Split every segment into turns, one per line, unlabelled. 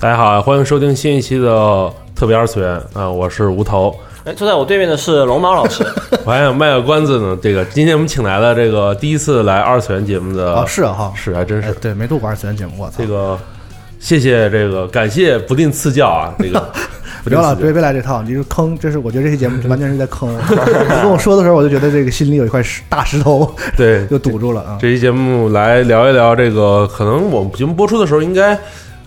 大家好，欢迎收听新一期的特别二次元啊、我是无头。
哎，坐在我对面的是龙猫老 师，
我还想卖个关子呢，这个今天我们请来了这个第一次来二次元节目的，
啊，是啊哈，
是还真
哎
是，
对，没录过二次元节目，我操
这，个谢谢这个感谢不定赐教啊， 这个不
不
定
要了，
赐
别
教。
别来这套，你就坑，这是我觉得这期节目完全是在 坑我。你跟我说的时候，我就觉得这个心里有一块石大石头
对，
就堵住了啊。
这期节目来聊一聊这个，可能我们节目播出的时候应该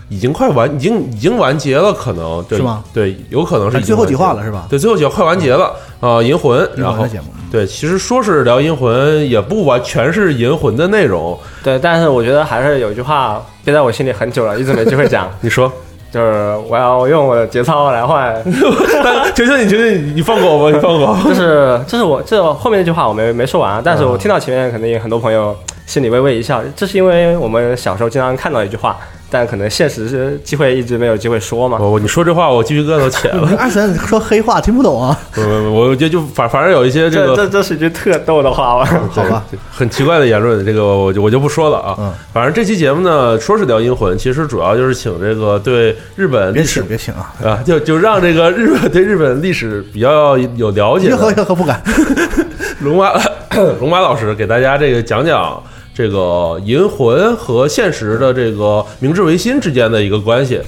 已经快完，已经已经完结了，可能对
是吗
对，有可能是已经
最后几话
完结
了是吧
对，最后几话快完结了啊，呃银魂，
银
然
魂
后
的节目嗯
对，其实说是聊银魂，也不完全是银魂的内容。
对，但是我觉得还是有一句话憋在我心里很久了，一直没机会 讲，
你说，
就是我要用我的节操来 换，
但求求你，求求你，你放过我吧，你放过我。
就是这是我这后面那句话我没没说完啊，但是
嗯
我听到前面肯定有很多朋友心里微微一笑，这是因为我们小时候经常看到一句话，但可能现实是机会一直没有机会说嘛。
我我你说这话，我鸡皮疙瘩都起来了。
二次元说黑话听不懂啊，
我我我觉得就反反正有一些这
这
个
这这是一句特逗的话吧？
好吧，
很奇怪的言论，这个我就我就不说了啊。
嗯
反正这期节目呢，说是聊阴魂，其实主要就是请这个对日本历
别
史
请别请啊，
啊，就就让这个日本对日本历史比较有了解
任何
的
任何不敢。
龙马龙马老师给大家这个讲讲这个银魂和现实的这个明治维新之间的一个关系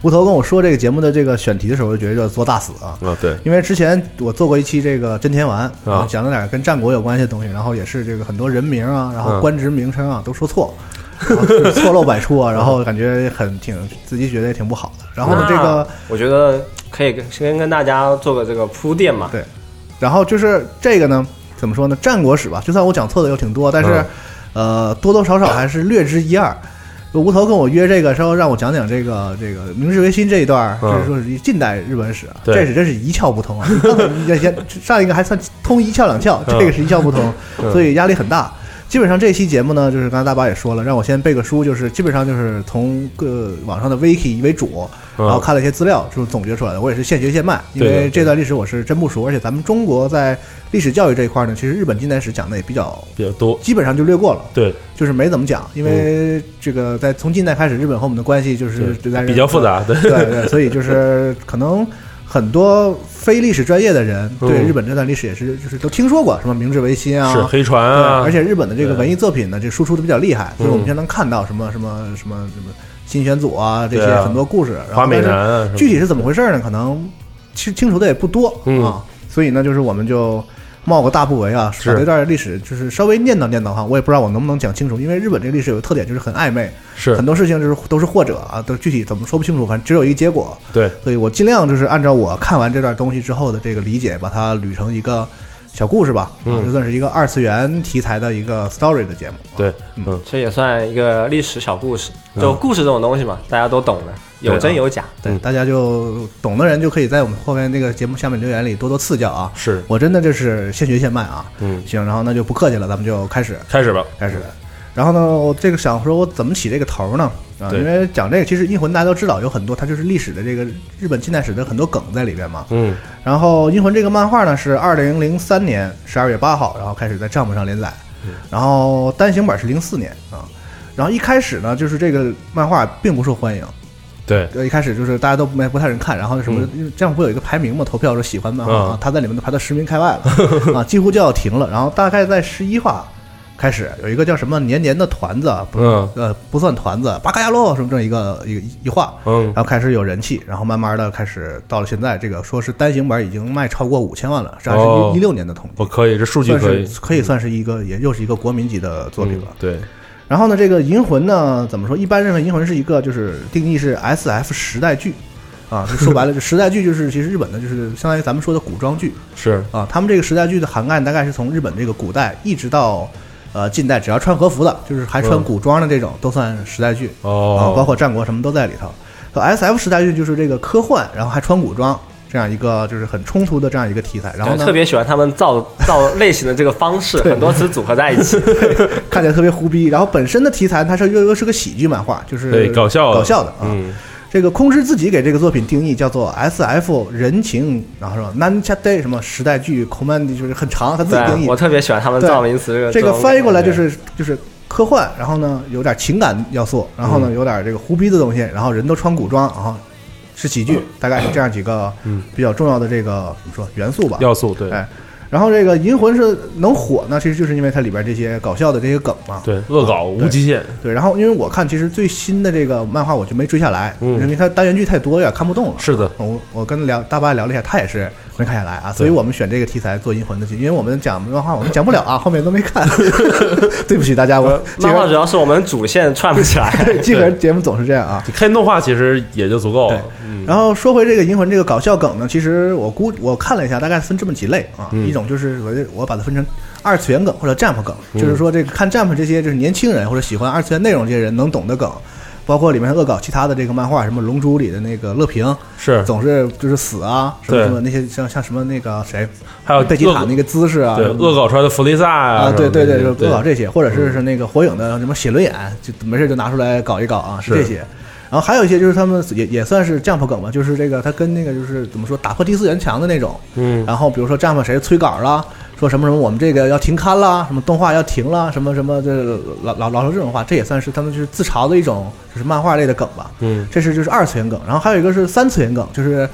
吴头跟我说这个节目的这个选题的时候，我就觉得做大死啊。
啊，对，
因为之前我做过一期这个真田丸
啊
讲了点跟战国有关系的东西，然后也是这个很多人名啊，然
嗯
后官职名称啊都说错，然后就是错漏百出啊，然后感觉很挺自己觉得也挺不好的。然后
嗯
呢，这个
我觉得可以跟先跟大家做个这个铺垫嘛。
对，然后就是这个呢，怎么说呢？战国史吧，就算我讲错的有挺多，但
嗯
是、呃，多多少少还是略知一二。无头跟我约这个时候，让我讲讲这个这个明治维新这一段儿，
嗯
就是说是近代日本史啊，
对
这是真是一窍不通啊！刚才你先上一个还算通一窍两窍，
嗯
这个是一窍不通，
嗯
所以压力很大。基本上这期节目呢，就是刚才大巴也说了，让我先背个书，就是基本上就是从各网上的 wiki 为主，
嗯
然后看了一些资料，就是总结出来的。我也是现学现卖，因
对对对
为这段历史我是真不熟，而且咱们中国在历史教育这一块呢，其实日本近代史讲的也比较，
比较多，
基本上就略过了，
对，
就是没怎么讲，因为这个在从近代开始，日本和我们的关系就是就在
比较复，杂，对，
对对，所以就是可能。很多非历史专业的人对
嗯
日本这段历史也是，就是都听说过什么明治维新啊，
是黑船
对，
啊，
而且日本的这个
对
文艺作品呢，这个输出的比较厉害，所以我
嗯
们经常能看到什么什么什么什么新选组啊这
对
些
啊
很多故事。然
华
后
美
但是
男啊什么
具体是怎么回事呢？可能清清楚的也不多
嗯
啊，所以呢，就是我们就。冒个大不韪啊，
是
把这段历史就是稍微念叨念叨哈，我也不知道我能不能讲清楚，因为日本这个历史有个特点就是很暧昧，
是
很多事情就是都是或者啊，都具体怎么说不清楚，反正只有一个结果。
对，
所以我尽量就是按照我看完这段东西之后的这个理解，把它捋成一个小故事吧，
嗯
啊就算是一个二次元题材的一个 story 的节目。
对，嗯，
这也算一个历史小故事，就故事这种东西嘛，大家都懂的，有真有假。
嗯对，
嗯
大家就懂的人就可以在我们后面这个节目下面留言里多多赐教啊。
是，
我真的就是现学现卖啊。
嗯，
行，然后那就不客气了，咱们就开始
开始吧，
开始。然后呢，我这个想说，我怎么起这个头呢？啊，
对
因为讲这个，其实《阴魂》大家都知道，有很多它就是历史的这个日本近代史的很多梗在里边嘛。
嗯，
然后《阴魂》这个漫画呢是二零零三年十二月八号，然后开始在帐篷上连载，然后单行本是零四年啊。然后一开始呢，就是这个漫画并不受欢迎，
对，
呃，一开始就是大家都没不太有人看，然后什么
嗯，
因为这样不有一个排名嘛，投票说喜欢漫画
嗯
啊，他在里面都排到十名开外了啊，几乎就要停了。然后大概在十一话开始有一个叫什么年年的团子啊，不
嗯
呃不算团子，巴嘎亚洛什么这么一个一个一话，
嗯
然，后开始有人气，然后慢慢的开始到了现在，这个说是单行本已经卖超过五千万了，这还是
哦
一一六年的统计
我，可以，这数据
算
可
是
以，
可以算是一个也又是一个国民级的作品了。
嗯对，
然后呢，这个《银魂》呢，怎么说？一般认为《银魂》是一个就是定义是 S F 时代剧，啊，就说白了，就时代剧就是其实日本的就是相当于咱们说的古装剧
是，
啊，他们这个时代剧的涵盖大概是从日本这个古代一直到呃近代，只要穿和服的，就是还穿
嗯
古装的这种都算时代剧啊
哦，，
包括战国什么都在里头。S F 时代剧就是这个科幻，然后还穿古装这样一个就是很冲突的这样一个题材，然后
对
呢
特别喜欢他们造 造类型的这个方式，很多词组合在一 起。
看起来特别胡逼，然后本身的题材它是又又是个喜剧漫画，就是
对搞笑的
搞笑的啊。
嗯，
这个空之自己给这个作品定义叫做 S F 人情，然后什么 Nan Cha Day 什么时代剧 Command 就是很长，他自己定
对，
义
我。特别喜欢他们造名词
这
这
个
种
翻译过来就是就是科幻，然后呢有点情感要素，然后
嗯
呢有点这个胡逼的东西，然后人都穿古装，然后是喜剧，大概是这样几个
嗯
比较重要的这个怎么说元素吧。
要素对
哎，然后这个《银魂》是能火呢，其实就是因为它里边这些搞笑的这些梗嘛。
对恶搞无极限，
对，然后因为我看其实最新的这个漫画我就没追下来，
嗯
因为它单元剧太多，有点看不动了。
是的，
我我跟聊大巴聊了一下，他也是没看下来啊，所以我们选这个题材做《银魂》的剧，因为我们讲漫画我们讲不了啊，后面都没看， 对不起大家，我这
呃漫画主
个
要是我们主线串不起来，
这个节目总是这样啊。
你看动画其实也就足够
对
了。嗯，
然后说回这个《银魂》这个搞笑梗呢，其实我估我看了一下，大概分这么几类啊，
嗯
一种就是我我把它分成二次元梗或者 Jump 梗，
嗯
就是说这个看 Jump 这些就是年轻人或者喜欢二次元内容这些人能懂的梗。包括里面恶搞其他的这个漫画，什么《龙珠》里的那个乐平，
是
总是就是死啊，什么
对
什么那些像像什么那个谁，
还有
贝吉塔那
个
个姿势啊，
对
什么
恶搞出来的弗利萨
啊，
啊，
对对
什么
对，
的
就
对嗯
恶搞这些，或者是是那个火影的什么写轮眼，就没事就拿出来搞一搞啊，是
是
这些。然后还有一些就是他们也也算是 Jump 梗吧，就是这个他跟那个就是怎么说打破第四元墙的那种。
嗯，
然后比如说 Jump 谁催稿啦，说什么什么我们这个要停刊啦，什么动画要停啦，什么什么这老老老说这种话，这也算是他们就是自嘲的一种就是漫画类的梗吧。
嗯，
这是就是二次元梗，然后还有一个是三次元梗，就是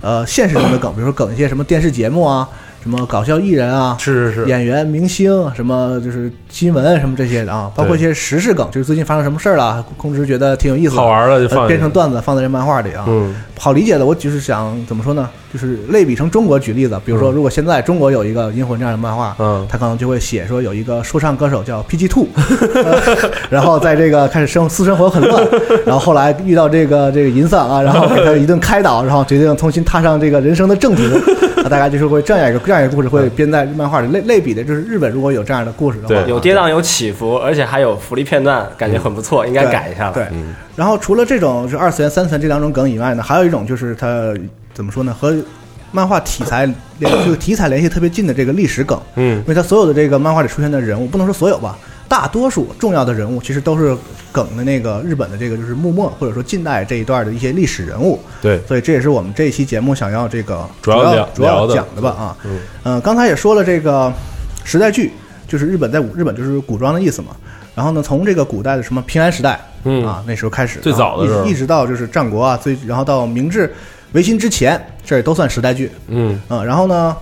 呃现实中的梗，比如说梗一些什么电视节目啊，什么搞笑艺人啊，
是是是，
演员、明星什么就是新闻什么这些的啊，包括一些时事梗，就是最近发生什么事儿了，空直觉得挺有意思的，
好玩了就
呃
放
编
进
成
去
段子放在这漫画里啊，
嗯
好理解的。我只是想怎么说呢，就是类比成中国举例子，比如说
嗯
如果现在中国有一个《银魂》这样的漫画。
嗯，
他可能就会写说有一个说唱歌手叫 PG Two，、呃然后在这个开始生私生活很乱，然后后来遇到这个这个银 丧啊，然后给他一顿开导，然后决定重新踏上这个人生的正途，啊 大概就是会这样一个这样一个故事会编在漫画里类类比的，就是日本如果有这样的故事的话
对，
有跌宕有起伏，而且还有福利片段，感觉很不错，应该改一下了。
对，
嗯
然后除了这种是二次元、三次元这两种梗以外呢，还有一种就是它怎么说呢，和漫画题材联 这个题材联系特别近的这个历史梗，
嗯
因为它所有的这个漫画里出现的人物，不能说所有吧，大多数重要的人物其实都是梗的那个日本的这个就是幕末或者说近代这一段的一些历史人物，
对，
所以这也是我们这一期节目想要这个
主
主
要
要
聊
主要
聊的
讲的吧啊，
嗯
呃，刚才也说了这个时代剧，就是日本在古日本就是古装的意思嘛。然后呢，从这个古代的什么平安时代，
嗯
啊，那时候开始，
最早的
然
时
后
候
一直一直到就是战国啊，最然后到明治维新之前，这也都算时代剧，
嗯
嗯，然后呢，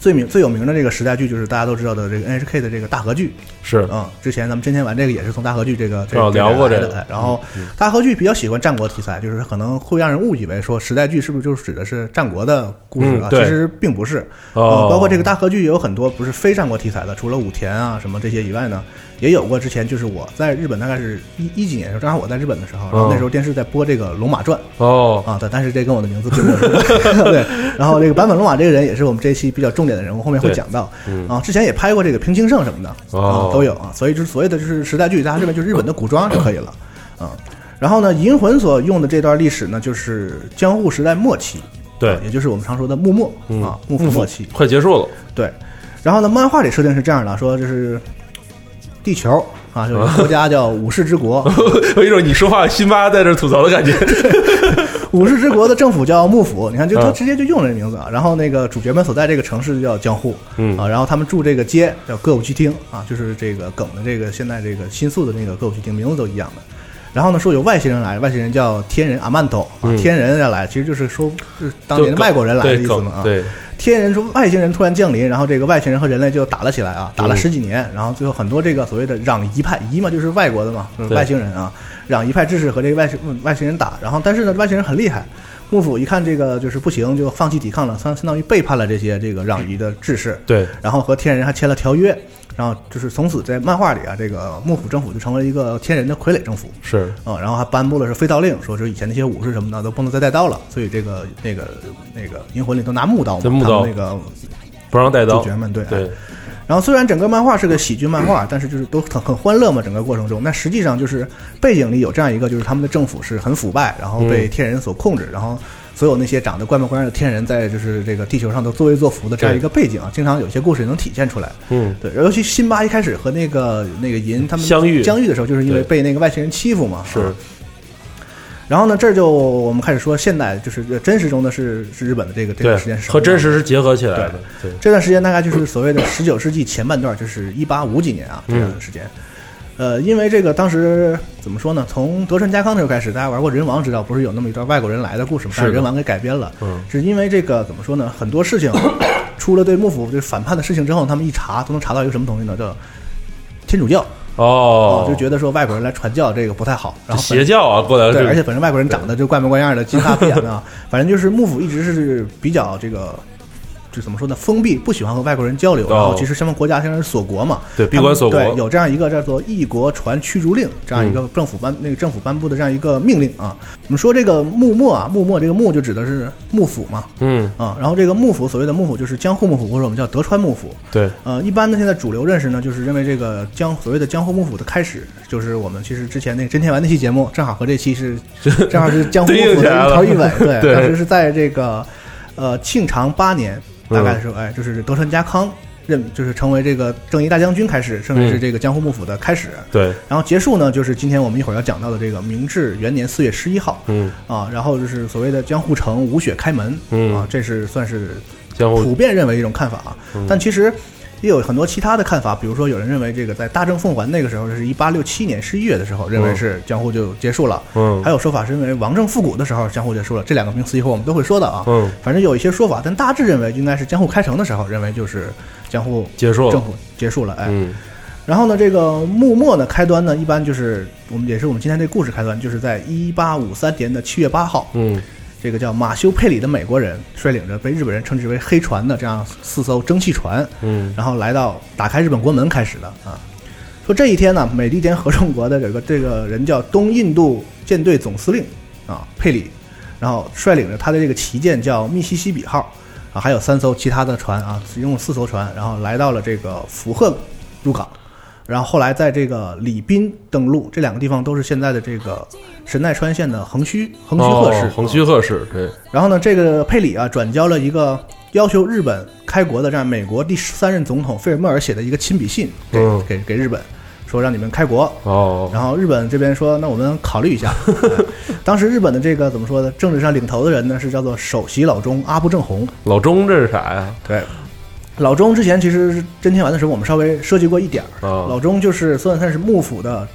最名最有名的这个时代剧就是大家都知道的这个 NHK 的这个大河剧，
是
嗯，之前咱们真天玩这个也是从大河剧这个这
哦
个
聊过
这
这
个
个嗯
来的。哎然后大河剧比较喜欢战国题材，就是可能会让人误以为说时代剧是不是就是指的是战国的故事啊？
嗯
其
对
实并不是。
哦
呃包括这个大河剧也有很多不是非战国题材的，除了武田啊什么这些以外呢，也有过之前就是我在日本大概是一一几年的时候，正好我在日本的时候，然后
哦
那时候电视在播这个《龙马传》。
哦，
啊，对，但是这跟我的名字并没有什么 对。然后这个坂本龙马这个人也是我们这一期比较重点的人物，后面会
对嗯
讲到。啊，之前也拍过这个平清盛什么的，
哦
啊，都有啊。所以就是所谓的就是时代剧，大家认为就是日本的古装就可以了，啊。然后呢，银魂所用的这段历史呢，就是江户时代末期，啊
对，嗯
也就是我们常说的幕末啊，幕府末期。
快结束了，
对，然后呢，漫画里设定是这样的，说就是地球啊，就是国家叫武士之 国，
有一种你说话辛巴在这吐槽的感觉。
武士之国的政府叫幕府，你看，就他
嗯
直接就用了这名字啊。然后那个主角们所在这个城市叫江户，
嗯
啊，然后他们住这个街叫歌舞伎町啊，就是这个梗的这个现在这个新宿的那个歌舞伎町名字都一样的。然后呢，说有外星人来，外星人叫天人阿曼斗啊，
嗯
天人要来，其实就是说就是当年
就
的
梗
外国人来的
对
意思
梗
嘛啊。
对，
天人说外星人突然降临，然后这个外星人和人类就打了起来
嗯
啊，打了十几年，然后最后很多这个所谓的攘夷派，夷嘛就是外国的嘛，就是
对
外星人啊，攘夷派志士和这个外星嗯外星人打，然后但是呢外星人很厉害，幕府一看这个就是不行，就放弃抵抗了，相相当于背叛了这些这个攘夷的志士，
对，
然后和天人还签了条约，然后就是从此在漫画里啊，这个幕府政府就成为一个天人的傀儡政府，
是
啊、然后还颁布了是废刀令，说就是以前那些武士什么的都不能再带刀了，所以这个那个那个银魂里都拿木刀嘛，
对木刀
他们那个
不让带刀
主角。们对。啊
对，
然后虽然整个漫画是个喜剧漫画，但是就是都很很欢乐嘛，整个过程中，那实际上就是背景里有这样一个，就是他们的政府是很腐败，然后
嗯
被天人所控制，然后。所有那些长得怪模怪样的天人，在就是这个地球上都作威作福的这样一个背景啊，经常有些故事也能体现出来。
嗯，
对，尤其辛巴一开始和那个那个银他们
相遇
相遇的时候，就是因
对
为被那个外星人欺负嘛。
是
啊。然后呢，这儿就我们开始说现代，就是呃真实中的是是日本的这个这
对
段时间，是什么
和真
样的
实是结合起来的。对，
这段时间大概就是所谓的十九世纪前半段，就是一八五几年啊这样的时间。呃，因为这个当时怎么说呢？从德川家康那时候开始，大家玩过《人王》，知道不是有那么一段外国人来的故事吗？
是的
但人王》给改编了，
嗯
是因为这个怎么说呢？很多事情 出了对幕府这反叛的事情之后，他们一查都能查到一个什么东西呢？叫天主教
哦，
就觉得说外国人来传教这个不太好，然后
邪教啊，过来
对，
这
而且
个
本身外国人长得就怪模 怪样的，金发碧眼的，啊反正就是幕府一直是比较这个，就怎么说呢，封闭，不喜欢和外国人交流。
哦
然后其实他们国家现在是锁国嘛，
对闭关锁国嗯
他们对，有这样一个叫做《异国传驱逐令》这样一个政府颁、那个政府颁布的这样一个命令啊。我们说这个幕末啊，幕末这个幕就指的是幕府嘛
嗯，
啊，然后这个幕府所谓的幕府就是江户幕府或者我们叫德川幕府。
对，
呃，一般的现在主流认识呢，就是认为这个江所谓的江户幕府的开始，就是我们其实之前那个真田丸那期节目，正好和这期是正好是江户 幕
对应
府
起
的
来
一
了
头一 尾。对，
对
当时是在这个呃庆长八年，大概的时候，哎，就是德川家康任就是成为这个正义大将军开始，甚至是这个江户幕府的开始。
嗯对，
然后结束呢，就是今天我们一会儿要讲到的这个明治元年四月十一号
嗯，
啊，然后就是所谓的江户城无雪开门、
嗯
啊，这是算是
江湖
普遍认为一种看法啊，
嗯
但其实也有很多其他的看法，比如说有人认为这个在大正奉还那个时候，这是一八六七年十一月的时候，认为是江户就结束了。
嗯
还有说法是认为王政复古的时候江户结束了，这两个名词一会儿我们都会说的啊。
嗯，
反正有一些说法，但大致认为应该是江户开城的时候，认为就是江户
结束
政
了，
府结束了。哎，
嗯
然后呢，这个幕末呢开端呢，一般就是我们也是我们今天这故事开端，就是在一八五三年的七月八号，
嗯，
这个叫马修佩里的美国人率领着被日本人称之为“黑船”的这样四艘蒸汽船，
嗯，
然后来到打开日本国门开始的啊。说这一天呢，美利坚合众国的有个这个人叫东印度舰队总司令啊佩里，然后率领着他的这个旗舰叫密西西比号啊，还有三艘其他的船啊，一共四艘船，然后来到了这个福贺入港，然后后来在这个礼宾登陆，这两个地方都是现在的这个神奈川县的横须横须贺市
哦，横须贺市，对，
然后呢，这个佩里啊转交了一个要求日本开国的这样美国第十三任总统费尔莫尔写的一个亲笔信给、
嗯
给给日本，说让你们开国。
哦，
然后日本这边说，那我们考虑一下。 哎当时日本的这个怎么说呢？政治上领头的人呢是叫做首席老中阿部正弘。
老钟这是啥呀？
对，老中之前其实是真田丸的时候，我们稍微涉及过一点儿。
啊
老中就是算算是幕府的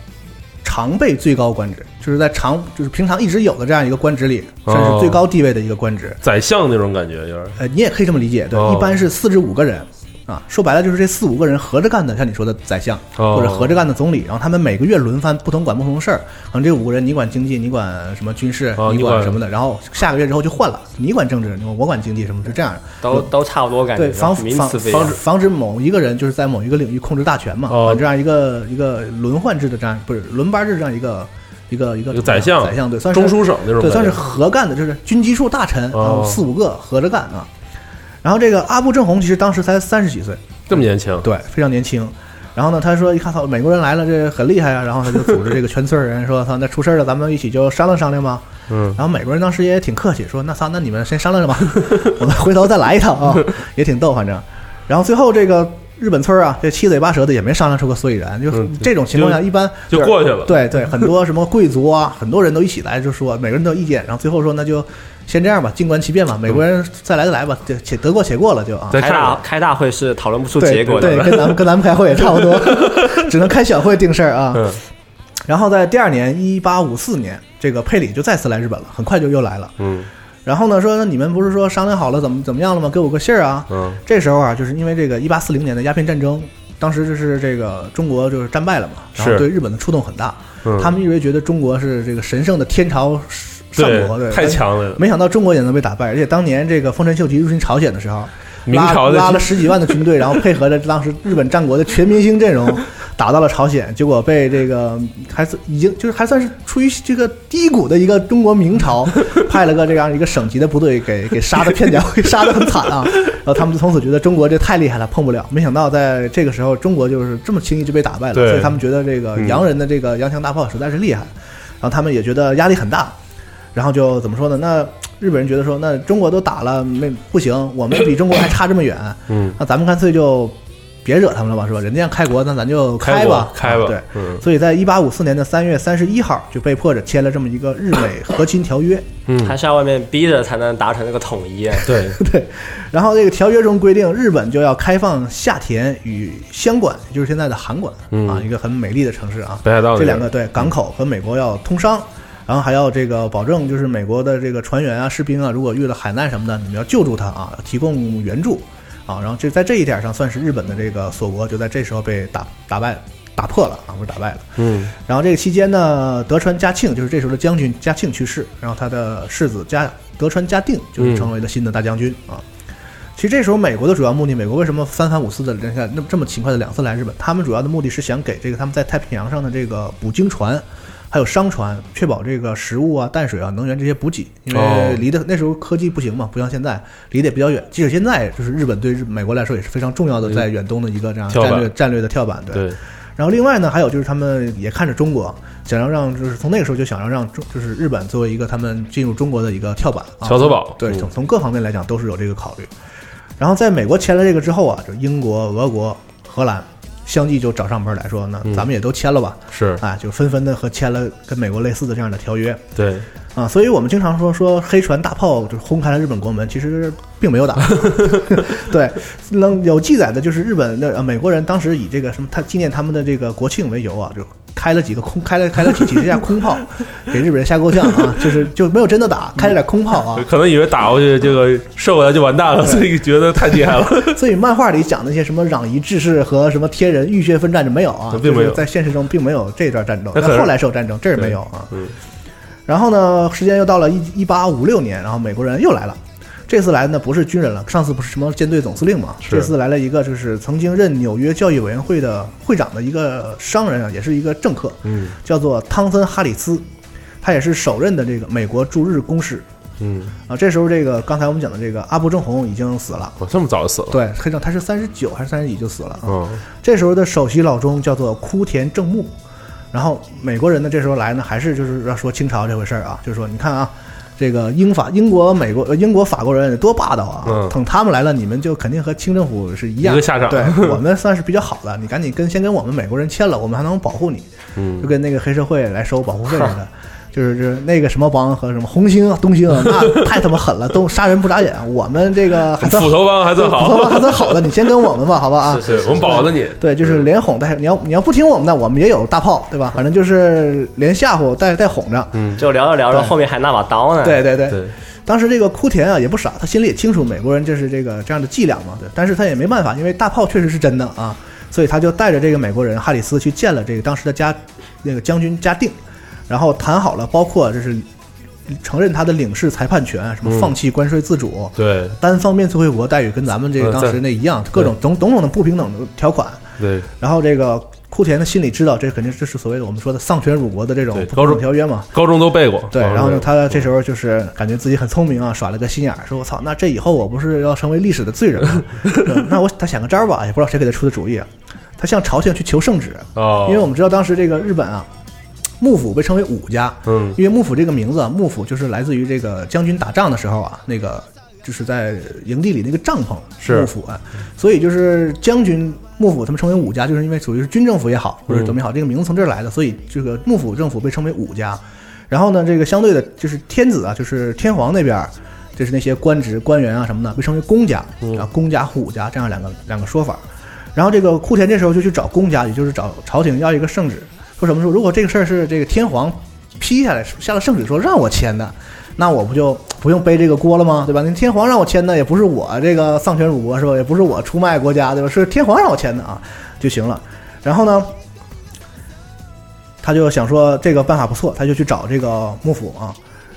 常备最高官职，就是在常就是平常一直有的这样一个官职里，算
啊
是最高地位的一个官职。
宰相那种感觉有点，
呃，你也可以这么理解，对，
哦
一般是四至五个人啊，说白了就是这四五个人合着干的，像你说的宰相、
哦
或者合着干的总理，然后他们每个月轮番不同管不同事儿，可能这五个人你管经济，你管什么军事，
哦
你
你管
管什么的，然后下个月之后就换了，你管政治，我管经济，什么是这样的，
都都差不多
哎
感觉，
对，防
名
防
词不一样
防止防止某一个人就是在某一个领域控制大权嘛，
哦
管这样一个一个轮换制的这样不是轮班制这样一个一个一个
一个宰相
宰相对，算是
中书省那种感觉，
对，算是合干的，就是军机处大臣，
哦
然后四五个合着干啊。然后这个阿部正弘其实当时才三十几岁，
这么年轻，
对，非常年轻。然后呢，他说一看操，美国人来了，这很厉害啊。然后他就组织这个全村人说，操，那出事儿了，咱们一起就商量商量吧。
嗯，
然后美国人当时也挺客气，说那操，那你们先商量着吧， 我们回头再来一趟啊，也挺逗，反正。然后最后这个日本村儿啊，这七嘴八舌的也没商量出个所以然，就
嗯
这种情况下，一般
就过去了，
对对，很多什么贵族啊，很多人都一起来，就说每个人都有意见，然后最后说那就先这样吧，静观其变吧，美国人再来就来吧，就且得过且过了就 啊。
再
开
看
大
看，
开大会是讨论不出
对
结果的，
对，跟咱们跟咱们开会也差不 多，只能开小会定事儿啊。
嗯
然后在第二年，一八五四年，这个佩里就再次来日本了，很快就又来了。
嗯
然后呢，说那你们不是说商量好了怎么怎么样了吗？给我个信儿啊！
嗯，
这时候啊，就是因为这个一八四零年的鸦片战争，当时就是这个中国就是战败了嘛，然后
是
对日本的触动很大。
嗯
他们一直觉得中国是这个神圣的天朝上国，对，
对，太
但
强了，
没想到中国也能被打败，而且当年这个丰臣秀吉入侵朝鲜的时候，
明
拉
朝的
拉了十几万的军队，然后配合着当时日本战国的全明星阵容，打到了朝鲜，结果被这个还是已经就是还算是处于这个低谷的一个中国明朝，派了个这样一个省级的部队给给杀的片甲，给杀的很惨啊。然后他们从此觉得中国这太厉害了，碰不了。没想到在这个时候，中国就是这么轻易就被打败了，
对
所以他们觉得这个
嗯
洋人的这个洋枪大炮实在是厉害，然后他们也觉得压力很大，然后就怎么说呢？那日本人觉得说，那中国都打了没不行，我们比中国还差这么远，
嗯
那咱们干脆就。别惹他们了吧，是吧？人家开国，那咱就
开国
吧，
开吧，
对，
嗯
所以在一八五四年的三月三十一号，就被迫着签了这么一个日美和亲条约。
嗯，
还是要外面逼着才能达成那个统一。啊
对，
对，然后这个条约中规定，日本就要开放下田与箱馆，就是现在的函馆、啊，一个很美丽的城市啊。
嗯北海道那
这
边
两个对港口和美国要通商，然后还要这个保证，就是美国的这个船员啊、士兵啊，如果遇了海难什么的，你们要救助他啊，提供援助啊。然后这在这一点上，算是日本的这个锁国就在这时候被打打败打破了啊，不是打败了。
嗯
然后这个期间呢，德川家庆就是这时候的将军家庆去世，然后他的世子家德川家定就是成为了新的大将军、啊。其实这时候美国的主要目的，美国为什么三番五次的连下那么这么勤快的两次来日本？他们主要的目的是想给这个他们在太平洋上的这个捕鲸船，还有商船，确保这个食物啊、淡水啊、能源这些补给，因为
哦
离的那时候科技不行嘛，不像现在离得比较远。即使现在，就是日本对日美国来说也是非常重要的在远东的一个这样
跳板
战略战略的跳板，对。
对，
然后另外呢，还有就是他们也看着中国，想要让就是从那个时候就想要让中就是日本作为一个他们进入中国的一个跳板啊，
桥头堡，
对，
嗯
从从各方面来讲都是有这个考虑。然后在美国签了这个之后啊，就英国、俄国、荷兰相继就找上门来说，那咱们也都签了吧，
嗯是，
啊，就纷纷的和签了跟美国类似的这样的条约
对，
啊，所以我们经常说说黑船大炮就是轰开了日本国门，其实并没有打。 对，能有记载的就是日本的、呃、美国人当时以这个什么他纪念他们的这个国庆为由啊，就开了几个空开了开了几几架空炮，给日本人吓够呛啊，就是就没有真的打，开了点空炮啊，
可能以为打过去这个射过来就完蛋了，所以觉得太厉害 了。
所以漫画里讲那些什么攘夷志士和什么天人浴血奋战就没有啊，
并没有
就是在现实中并没有这段战争，
那可
但
是
后来是有战争，这儿没有啊。
嗯
然后呢，时间又到了一一八五六年，然后美国人又来了。这次来呢不是军人了，上次不是什么舰队总司令嘛？
是
这次来了一个就是曾经任纽约教育委员会的会长的一个商人啊，也是一个政客，
嗯
叫做汤森·哈里斯，他也是首任的这个美国驻日公使
嗯，
啊。这时候这个刚才我们讲的这个阿部正弘已经死了，
我哦这么早就死了，
对，黑长他是三十九还是三十一就死了啊。
嗯
这时候的首席老中叫做枯田正木，然后美国人呢这时候来呢，还是就是要说清朝这回事儿啊，就是说你看啊，这个英法、英国、美国、呃英国、法国人多霸道啊，
嗯
等他们来了，你们就肯定和清政府是一样
一个下场
对 我们算是比较好的，你赶紧跟先跟我们美国人签了，我们还能保护你，
嗯
就跟那个黑社会来收保护费似的。 就是就是那个什么帮和什么红星啊、东星啊，那太他妈狠了，都杀人不眨眼。我们这个还算 好
斧头帮还算
斧头
好，
帮还算好的，你先跟我们吧，好吧 啊？
是是，我们保了你。
对，就是连哄带你要你要不听我们的，我们也有大炮，对吧？反正就是连吓唬带带哄着。
就聊着聊着，后面还那把刀呢。
对对对，
嗯对，
当时这个枯田啊也不傻，他心里也清楚美国人就是这个这样的伎俩嘛，对。但是他也没办法，因为大炮确实是真的啊，所以他就带着这个美国人哈里斯去见了这个当时的家那个将军嘉定，然后谈好了，包括就是承认他的领事裁判权，什么放弃关税自主，
嗯对
单方面退回国待遇跟咱们这个
嗯
当
在
时那一样，各种种种种的不平等的条款。
对
然后这个库田的心里知道，这肯定这是所谓的我们说的丧权辱国的这种
对
不
高中
平等条约嘛。
高中都背过。
对，然后呢，
呢，
他这时候就是感觉自己很聪明啊，耍了个心眼儿，说我操，那这以后我不是要成为历史的罪 人吗？对那我他想个招儿吧，也不知道谁给他出的主意啊。他向朝廷去求圣旨，
哦，
因为我们知道当时这个日本啊，幕府被称为武家，
嗯
因为幕府这个名字啊，幕府就是来自于这个将军打仗的时候啊，那个就是在营地里那个帐篷
是
幕府啊，所以就是将军幕府他们称为武家，就是因为属于是军政府也好，或者怎么也好，这个名字从这儿来的，所以这个幕府政府被称为武家。然后呢，这个相对的就是天子啊，就是天皇那边儿。就是那些官职、官员啊什么的，被称为公家啊，公家和武家这样两个两个说法。然后这个库田这时候就去找公家，也就是找朝廷要一个圣旨，说什么说如果这个事儿是这个天皇批下来下了圣旨说让我签的，那我不就不用背这个锅了吗？对吧？您天皇让我签的，也不是我这个丧权辱国是吧？也不是我出卖国家对吧？是天皇让我签的啊就行了。然后呢，他就想说这个办法不错，他就去找这个幕府啊。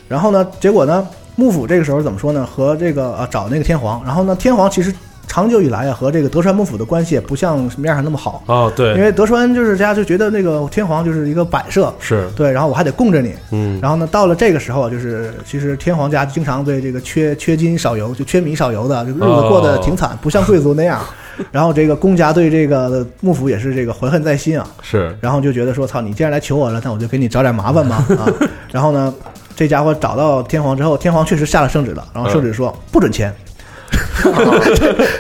然后呢，结果呢，幕府这个时候怎么说呢？和这个啊找那个天皇，然后呢，天皇其实长久以来啊和这个德川幕府的关系也不像面上那么好，
哦
因
对
为德川就是大家就觉得那个天皇就是一个摆设，
是
对，然后我还得供着你。
嗯
然后呢，到了这个时候啊，就是其实天皇家经常对这个缺缺金少油，就缺米少油的，就日子过得挺惨，不像贵族那样。然后这个公家对这个幕府也是这个怀恨在心啊，
是
然后就觉得说，操，你既然来求我了，那我就给你找点 麻烦吧啊。
嗯
然后呢，这家伙找到天皇之后，天皇确实下了圣旨了，然后圣旨说不准签。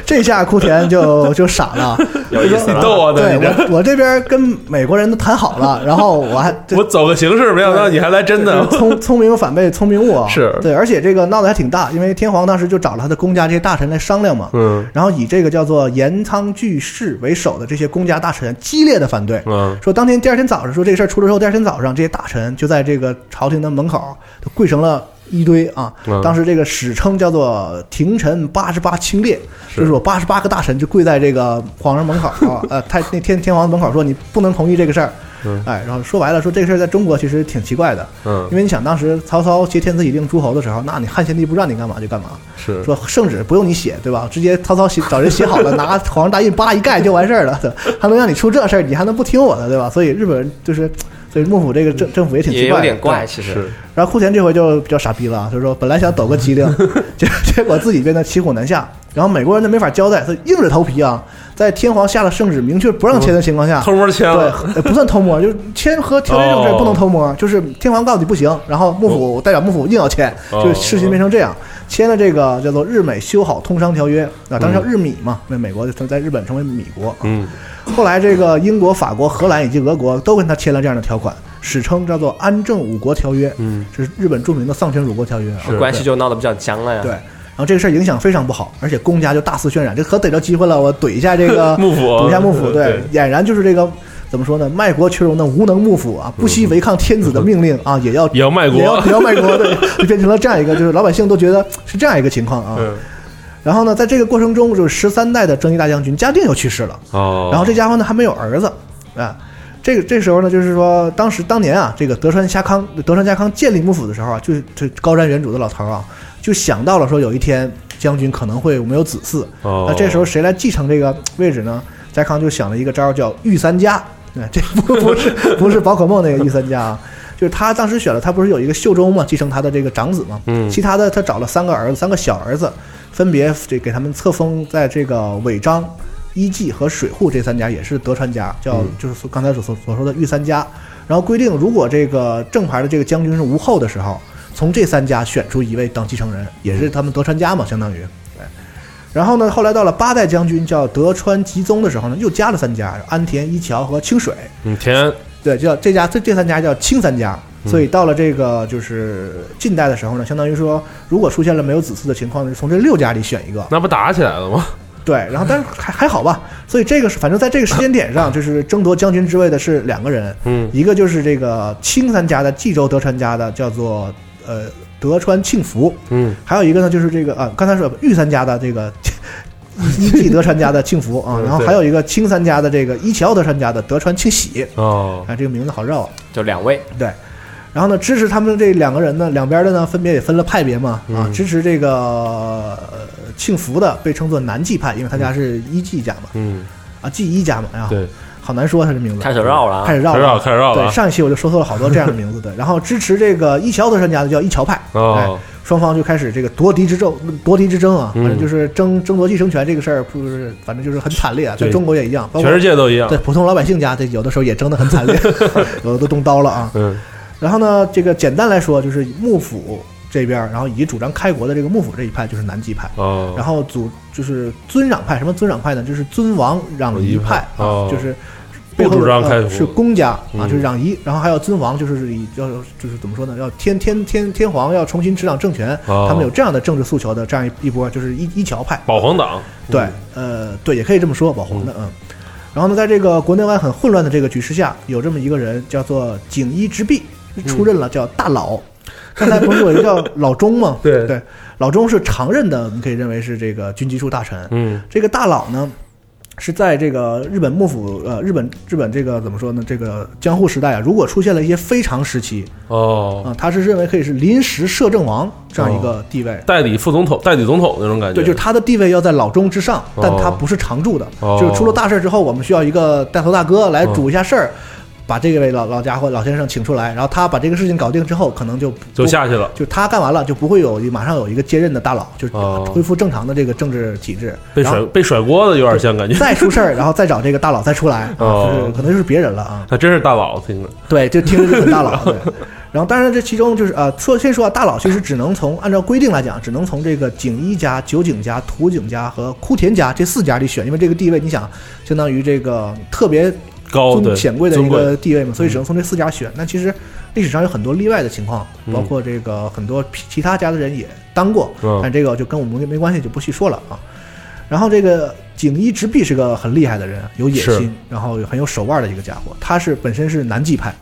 这下库田就就傻了，
有意思
你
了。
逗我呢，
对
你这
我我这边跟美国人都谈好了，然后我还这
我走个形式，没想到你还来真的
这。是聪聪明反被聪明误啊！
是
对，而且这个闹得还挺大，因为天皇当时就找了他的公家这些大臣来商量嘛，
嗯
然后以这个叫做盐仓巨士为首的这些公家大臣激烈的反对，
嗯，
说当天第二天早上，说这个事儿出了之后，第二天早上这些大臣就在这个朝廷的门口都跪成了一堆啊
嗯。
当时这个史称叫做廷臣八十八清列，
是
就是我八十八个大臣就跪在这个皇上门口 啊，呃，太那天天皇门口说你不能同意这个事儿
嗯。
哎，然后说白了，说这个事儿在中国其实挺奇怪的，
嗯
因为你想当时曹操挟天子以令诸侯的时候，那你汉献帝不让你干嘛就干嘛，
是
说圣旨不用你写，对吧？直接曹操写找人写好了，拿皇上大印叭一盖就完事儿了，对吧还能让你出这事儿，你还能不听我的，对吧？所以日本人就是，所以幕府这个政政府也挺
也
奇
有
怪，
点怪，
对。
其实
是，
然后库田这回就比较傻逼了，就是说本来想抖 个机灵，结结果自己变得骑虎难下，然后美国人都没法交代，所以硬着头皮啊，在天皇下了圣旨明确不让签的情况下，
偷摸签了，
对，呃不算偷摸，就是签和条约这
哦
种事儿不能偷摸，就是天皇告诉你不行，然后幕府代表幕府硬要签，
哦
就事情变成这样，签了这个叫做《日美修好通商条约》啊，当时叫日米嘛，那美国就在日本成为米国。啊
嗯，
后来这个英国、法国、荷兰以及俄国都跟他签了这样的条款，史称叫做《安政五国条约》，
嗯，
这是日本著名的丧权辱国条约啊，
是
关系就闹得比较僵了呀。
对。对然后这个事儿影响非常不好，而且公家就大肆渲染，这可逮着机会了，我怼一下这 个
幕府
堵一下幕府，
对
呃对，俨然就是这个怎么说呢？卖国求荣的无能幕府啊，不惜违抗天子的命令啊，也要
嗯也要卖
也要
国，
也要卖国， 对，就变成了这样一个，就是老百姓都觉得是这样一个情况啊。
嗯，
然后呢，在这个过程中，就是十三代的征夷大将军嘉定又去世了，
哦，
然后这家伙呢还没有儿子，啊。这个这时候呢，就是说，当时当年啊，这个德川家康，德川家康建立幕府的时候啊，就是这高瞻远瞩的老头儿啊，就想到了说有一天将军可能会没有子嗣，
哦
那这时候谁来继承这个位置呢？家康就想了一个招儿，叫御三家。哎，这 不不是不是宝可梦那个御三家啊，就是他当时选了，他不是有一个秀忠嘛，继承他的这个长子嘛。
嗯
其他的他找了三个儿子，三个小儿子，分别这给他们册封在这个尾张、伊季和水户这三家，也是德川家，叫
嗯
就是所刚才所所所说的御三家。然后规定，如果这个正牌的这个将军是无后的时候，从这三家选出一位当继承人，也是他们德川家嘛，相当于。哎然后呢，后来到了八代将军叫德川吉宗的时候呢，又加了三家，安田、伊桥和清水。
嗯田
对，叫这家这这三家叫清三家。所以到了这个就是近代的时候呢，相当于说，如果出现了没有子嗣的情况呢，就从这六家里选一个。
那不打起来了吗？
对，然后但是还还好吧。所以这个是反正在这个时间点上，就是争夺将军之位的是两个人，
嗯
一个就是这个清三家的冀州德川家的叫做呃德川庆福，
嗯
还有一个呢，就是这个啊，刚才说御三家的这个 一季德川家的庆福啊，
嗯
然后
对
还有一个清三家的这个伊桥德川家的德川庆喜
哦
啊，这个名字好绕啊。
就两位，
对，然后呢，支持他们这两个人呢，两边的呢分别也分了派别嘛啊，
嗯
支持这个呃庆福的被称作南纪派，因为他家是一季家嘛
嗯
啊，纪一家嘛，哎呀，
对，
好难说他这名字，
开始绕了啊
开始绕
开始绕
了，
开始绕了啊
对，上一期我就说错了好多这样的名字，对，然后支持这个一桥德川家的叫一桥派，
哦
哎，双方就开始这个夺嫡之争，夺嫡之争啊，
嗯
反正就是争争夺继承权这个事儿，不是，反正就是很惨烈啊，在
对
中国也一样，包括
全世界都一样
对，普通老百姓家，这有的时候也争得很 惨烈，有的都动刀了啊。
嗯
然后呢，这个简单来说就是幕府这边儿，然后以及主张开国的这个幕府这一派就是南极派，
哦，
然后祖就是尊攘派，什么尊攘派呢？就是尊王攘夷派
哦
啊，就是
不
背后
主张
呃
开国
是公家啊
嗯，
就是攘夷，然后还有尊王，就是以要就是怎么说呢？要天天天天皇要重新执掌政权，
哦
他们有这样的政治诉求的这样一一波，就是一一桥派。
保皇党？
对，呃，对，也可以这么说，保红的，嗯。然后呢，在这个国内外很混乱的这个局势下，有这么一个人叫做锦衣之弼，出任了叫大佬。刚才不是有一个叫老钟吗
对
对，老钟是常任的，我们可以认为是这个军机处大臣。
嗯
这个大佬呢，是在这个日本幕府呃日本日本这个怎么说呢？这个江户时代啊，如果出现了一些非常时期啊、
哦，
他是认为可以是临时摄政王这样一个地位。
代理副总统、代理总统那种感觉，
对，就是他的地位要在老中之上，但
哦
他不是常驻的，
哦
就是出了大事之后，我们需要一个带头大哥来主一下
哦
事儿，把这位老老家伙老先生请出来，然后他把这个事情搞定之后，可能就
就下去了。
就他干完了，就不会有马上有一个接任的大佬，就是
哦
恢复正常的这个政治体制，
被
然
甩
后
被甩锅的有点像感觉，
再出事儿，然后再找这个大佬再出来，啊
哦
就是可能就是别人了啊。
那真是大佬听着，
对，就听着就很大佬。对，然后，当然这其中就是呃，说先说啊，大佬其实只能从按照规定来讲，只能从这个景一家、酒井家、土井家和枯田家这四家里选，因为这个地位你想，相当于这个特别
高
尊
对
显贵的
尊
一
贵嗯
个地位嘛，所以只能从这四家选。那其实历史上有很多例外的情况，包括这个很多其其他家的人也当过
嗯，
但这个就跟我们没没关系，就不细说了啊。然后这个锦衣直弼是个很厉害的人，有野
是
心，然后很有手腕的一个家伙。他是本身是南纪派，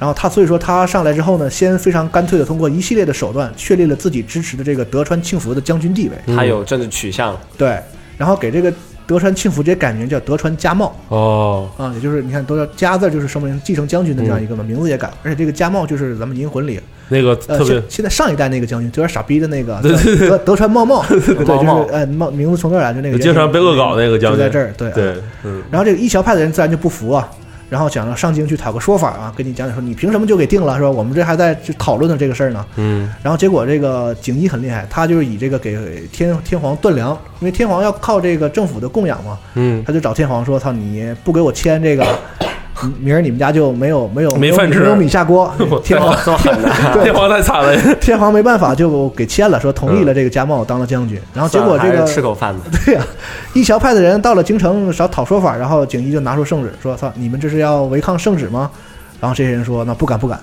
然后他所以说他上来之后呢，先非常干脆的通过一系列的手段确立了自己支持的这个德川庆福的将军地位，
他有政治取 向，
对，然后给这个德川庆福直接改名叫德川家茂。
哦，
啊，也就是你看，都叫家字，就是说明继承将军的这
嗯
样一个嘛，名字也改，而且这个家茂就是咱们银魂里，
那个
呃，
特别
现现在上一代那个将军，有点傻逼的那个
对对
叫德德川茂 茂，对，就
茂茂
是呃，茂名字从这儿来，就那个
经常被恶搞那个将
就
军
在这儿，对啊
对，嗯，
然后这个一桥派的人自然就不服啊，然后想要上京去讨个说法啊，跟你讲讲说你凭什么就给定了是吧？我们这还在就讨论的这个事儿呢。
嗯，
然后结果这个景一很厉害，他就是以这个给天天皇断粮，因为天皇要靠这个政府的供养嘛，
嗯，
他就找天皇说：“操，你不给我签这个，嗯明儿你们家就没有没有
没饭吃
没有米下锅。
我”
天皇
这么狠 的，
天皇太惨了，
天皇没办法就给签了，说
嗯
同意了这个家茂当了将军。然后结果这
算了
个
还是吃口饭吧。
对呀、一桥派的人到了京城少讨说法，然后景一就拿出圣旨说：“操，你们这是要违抗圣旨吗？”然后这些人说：“那不敢不敢。”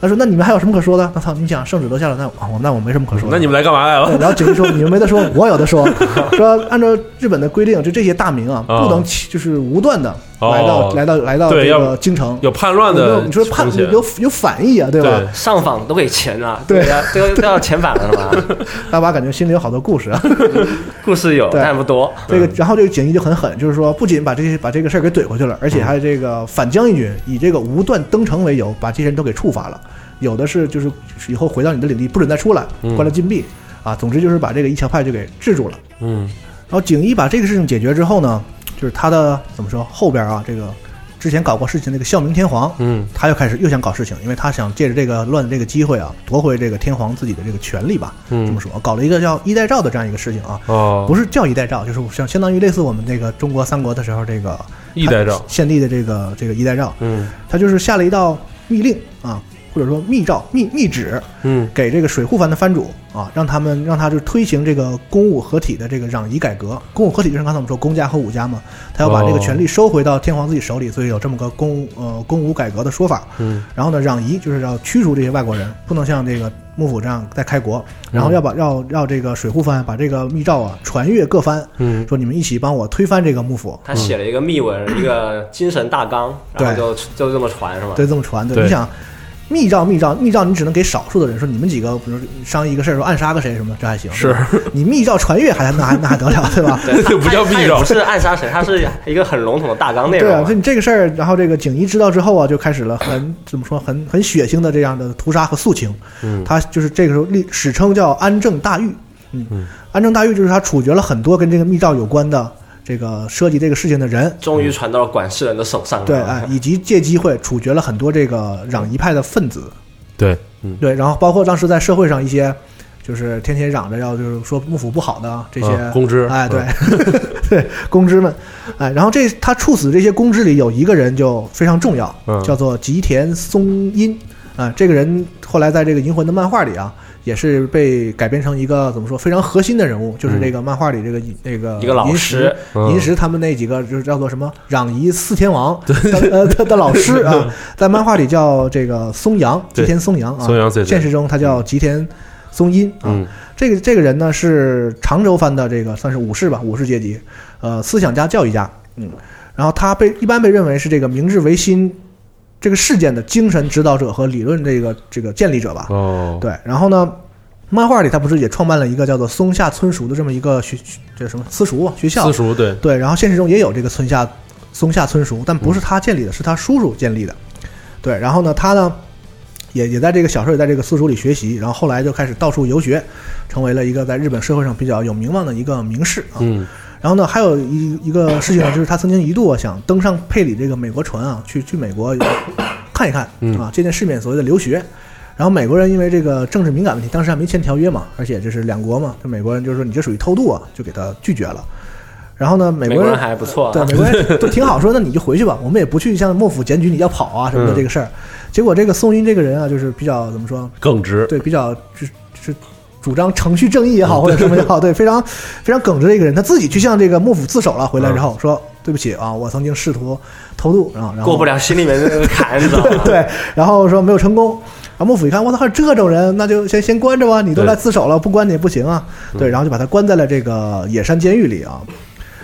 他说：“那你们还有什么可说的？那操，你讲圣旨都下了，那我那我没什么可说的。
那你们来干嘛来
对
了？
然后警局说：“你们没得说，我有 的说。说按照日本的规定，就这些大名啊，
啊
不能起就是无断的
哦
来到、来到来到
对
这
要
个京城。
有叛乱
你说
的
你说叛
风险
有有反意啊，对吧？
上访都给钱了，
对
呀，都要都要遣返了是吧？
大巴感觉心里有好多故事啊。
故事有，
对嗯
但不多。
这个，然后这个景一就很狠，就是说不仅把这些把这个事儿给怼回去了，而
嗯
且还这个反将一军，以这个无断登城为由，把这些人都给处罚了。有的是就是以后回到你的领地不准再出来，关了禁闭、啊。总之就是把这个一桥派就给制住了。
嗯，
然后景一把这个事情解决之后呢，就是他的怎么说后边啊，这个之前搞过事情那个孝明天皇，
嗯，
他又开始又想搞事情，因为他想借着这个乱的这个机会啊，夺回这个天皇自己的这个权利吧，
嗯
这么说，搞了一个叫一代诏的这样一个事情啊，
哦，
不是叫一代诏，就是像相当于类似我们那个中国三国的时候这个
一代诏
献帝的这个这个一代诏，
嗯
他就是下了一道密令啊，或者说密诏、密密旨，
嗯
给这个水户藩的藩主啊，让他们让他就推行这个公武合体的这个攘夷改革。公武合体就是刚才我们说公家和武家嘛，他要把这个权力收回到天皇自己手里，所以有这么个公呃公武改革的说法。
嗯，
然后呢，攘夷就是要驱逐这些外国人，不能像这个幕府这样再开国。然后要把要要这个水户藩把这个密诏啊传阅各藩，
嗯
说你们一起帮我推翻这个幕府。
他写了一个密文，一个精神大纲，然后
对
就就这么传是吗？
对，这么传。
对
对，你想密诏，密诏，密诏，你只能给少数的人说，你们几个，比如说商议一个事儿，说暗杀个谁什么，这还行。
是
对吧你密诏传阅还那还那还得了，对啊吧？
对，
这不叫
他他
密
也
诏
不是暗杀谁，他是一个很笼统的大纲内
对
容
啊，
嘛
就。你这个事儿，然后这个景一知道之后啊，就开始了很怎么说，很很血腥的这样的屠杀和肃清。
嗯
他就是这个时候历史称叫安政大狱。嗯，安政大狱就是他处决了很多跟这个密诏有关的这个涉及这个事情的人。
终于传到了管事人的手上。
对，
是吧
哎，以及借机会处决了很多这个攘夷派的分子，
对，嗯
对，然后包括当时在社会上一些，就是天天嚷着要就是说幕府不好的啊这些、
啊公知
哎，对，
嗯
对，公知们，哎，然后这他处死这些公知里有一个人就非常重要，
嗯
叫做吉田松阴，啊、这个人后来在这个《银魂》的漫画里啊，也是被改编成一个怎么说非常核心的人物，就是这个漫画里这个那、个
一个老
银
师
石，
嗯
银石他们那几个就是叫做什么攘夷四天王的呃的的老 师啊，在漫画里叫这个松阳
对
吉田松阳啊，
松阳对对
现实中他叫吉田松阴啊。
嗯
这个这个人呢是常州藩的这个算是武士吧，武士阶级，呃，思想家、教育家，嗯，然后他被一般被认为是这个明治维新这个事件的精神指导者和理论这个这个建立者吧，
哦，
对，然后呢，漫画里他不是也创办了一个叫做松下村塾的这么一个学这什么私塾啊学校
私，塾对，
对，然后现实中也有这个村下松下村塾，但不是他建立的，是他叔叔建立的。对，然后呢，他呢也也在这个小时候也在这个私塾里学习，然后后来就开始到处游学，成为了一个在日本社会上比较有名望的一个名士啊。
嗯
然后呢，还有一一个事情呢，就是他曾经一度啊想登上佩里这个美国船啊，去去美国看一看
嗯
啊，见见世面，所谓的留学。然后美国人因为这个政治敏感问题，当时还没签条约嘛，而且这是两国嘛，这美国人就说你这属于偷渡啊，就给他拒绝了。然后呢，美
美
国
国人
人
还不错啊，
对，美国人都挺好说，那你就 回去吧，我们也不去向幕府检举你要跑啊什
嗯
么的这个事儿。结果这个宋英这个人啊，就是比较怎么说，
耿直，
对，比较就是就是主张程序正义也好，或者什么也好，对，非常非常耿直的一个人，他自己去向这个幕府自首了，回来之后说。对不起啊，我曾经试图偷渡，啊然后然后
过不了心里面的那个坎，你知道吗？
对，然后说没有成功。啊，幕府一看，我操，还有这种人，那就先先关着吧。你都来自首了，不关你也不行啊。对，
嗯
然后就把他关在了这个野山监狱里啊。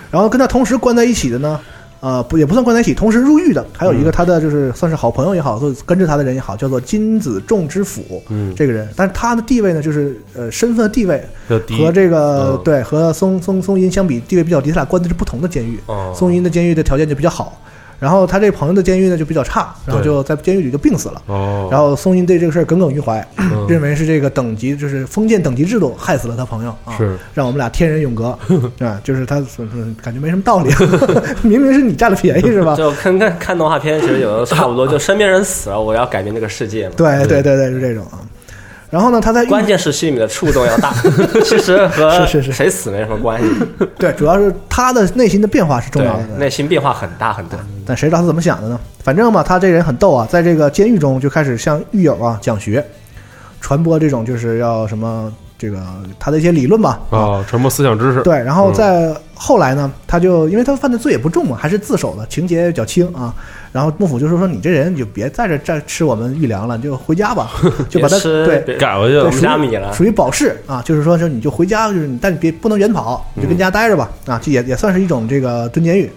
然后跟他同时关在一起的呢，呃，不也不算关在一起，同时入狱的还有一
嗯
个他的就是算是好朋友也好，或者跟着他的人也好，叫做金子重之辅。
嗯
这个人，但是他的地位呢，就是呃身份地位
要低
和这个、
嗯
对和松松松阴相比地位比较低，他俩关的是不同的监狱。
哦
松阴的监狱的条件就比较好，然后他这朋友的监狱呢就比较差，然后
对
就在监狱里就病死了。
哦，
然
后
后松阴对这个事儿耿耿于怀，
嗯
认为是这个等级就是封建等级制度害死了他朋友啊，
是
让我们俩天人永 隔啊，就是他所说感觉没什么道理， 明明是你占了便宜是 吧？
就看看看动画片，其实有的差不多，就身边人死了，我要改变这个世界嘛。
对对对对，是这种啊。然后呢，他在狱
关键是心里面的触动要 大，其实和
是是是
谁死没什么关系，
对，主要是他的内心的变化是重
对
要的，，
内心变化很大很大。
但谁知道他怎么想的呢？反正嘛，他这人很逗啊，在这个监狱中就开始向狱友啊讲学，传播这种就是要什么这个他的一些理论吧。
啊，传播思想知识，
对，然后在后来呢，他就因为他犯的罪也不重嘛，还是自首的，情节也比较轻啊。然后幕府就说说你这人你就别在这再吃我们御粮了，你就回家吧，就把他
别吃
对
别
改回去
对
了
我，们家米了
属于保释啊，就是说是你就回家，就是你但你别不能远跑，你就跟家待着吧、
嗯
啊，这也也算是一种这个蹲监狱。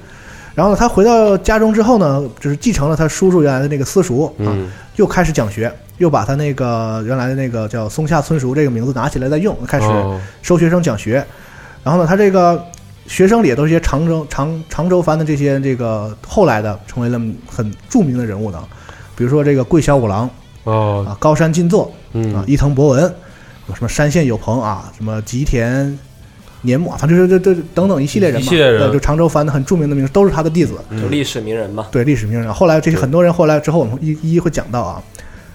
然后呢，他回到家中之后呢，就是继承了他叔叔原来的那个私塾啊，
嗯
又开始讲学，又把他那个原来的那个叫松下村塾这个名字拿起来再用，开始
哦
收学生讲学。然后呢，他这个学生里也都是一些常州常常州藩的这些这个后来的成为了很著名的人物呢，比如说这个桂小五郎
哦，
啊，高山晋作啊
嗯，，
伊藤博文，有什么山县有朋啊，什么吉田年末，反正就是这这等等一系列人嘛，
一系列人嗯
对就常州藩的很著名的名士都是他的弟子，
就历史名人嘛。
对历史名人。后来这些很多人后来之后，我们一一一会讲到啊。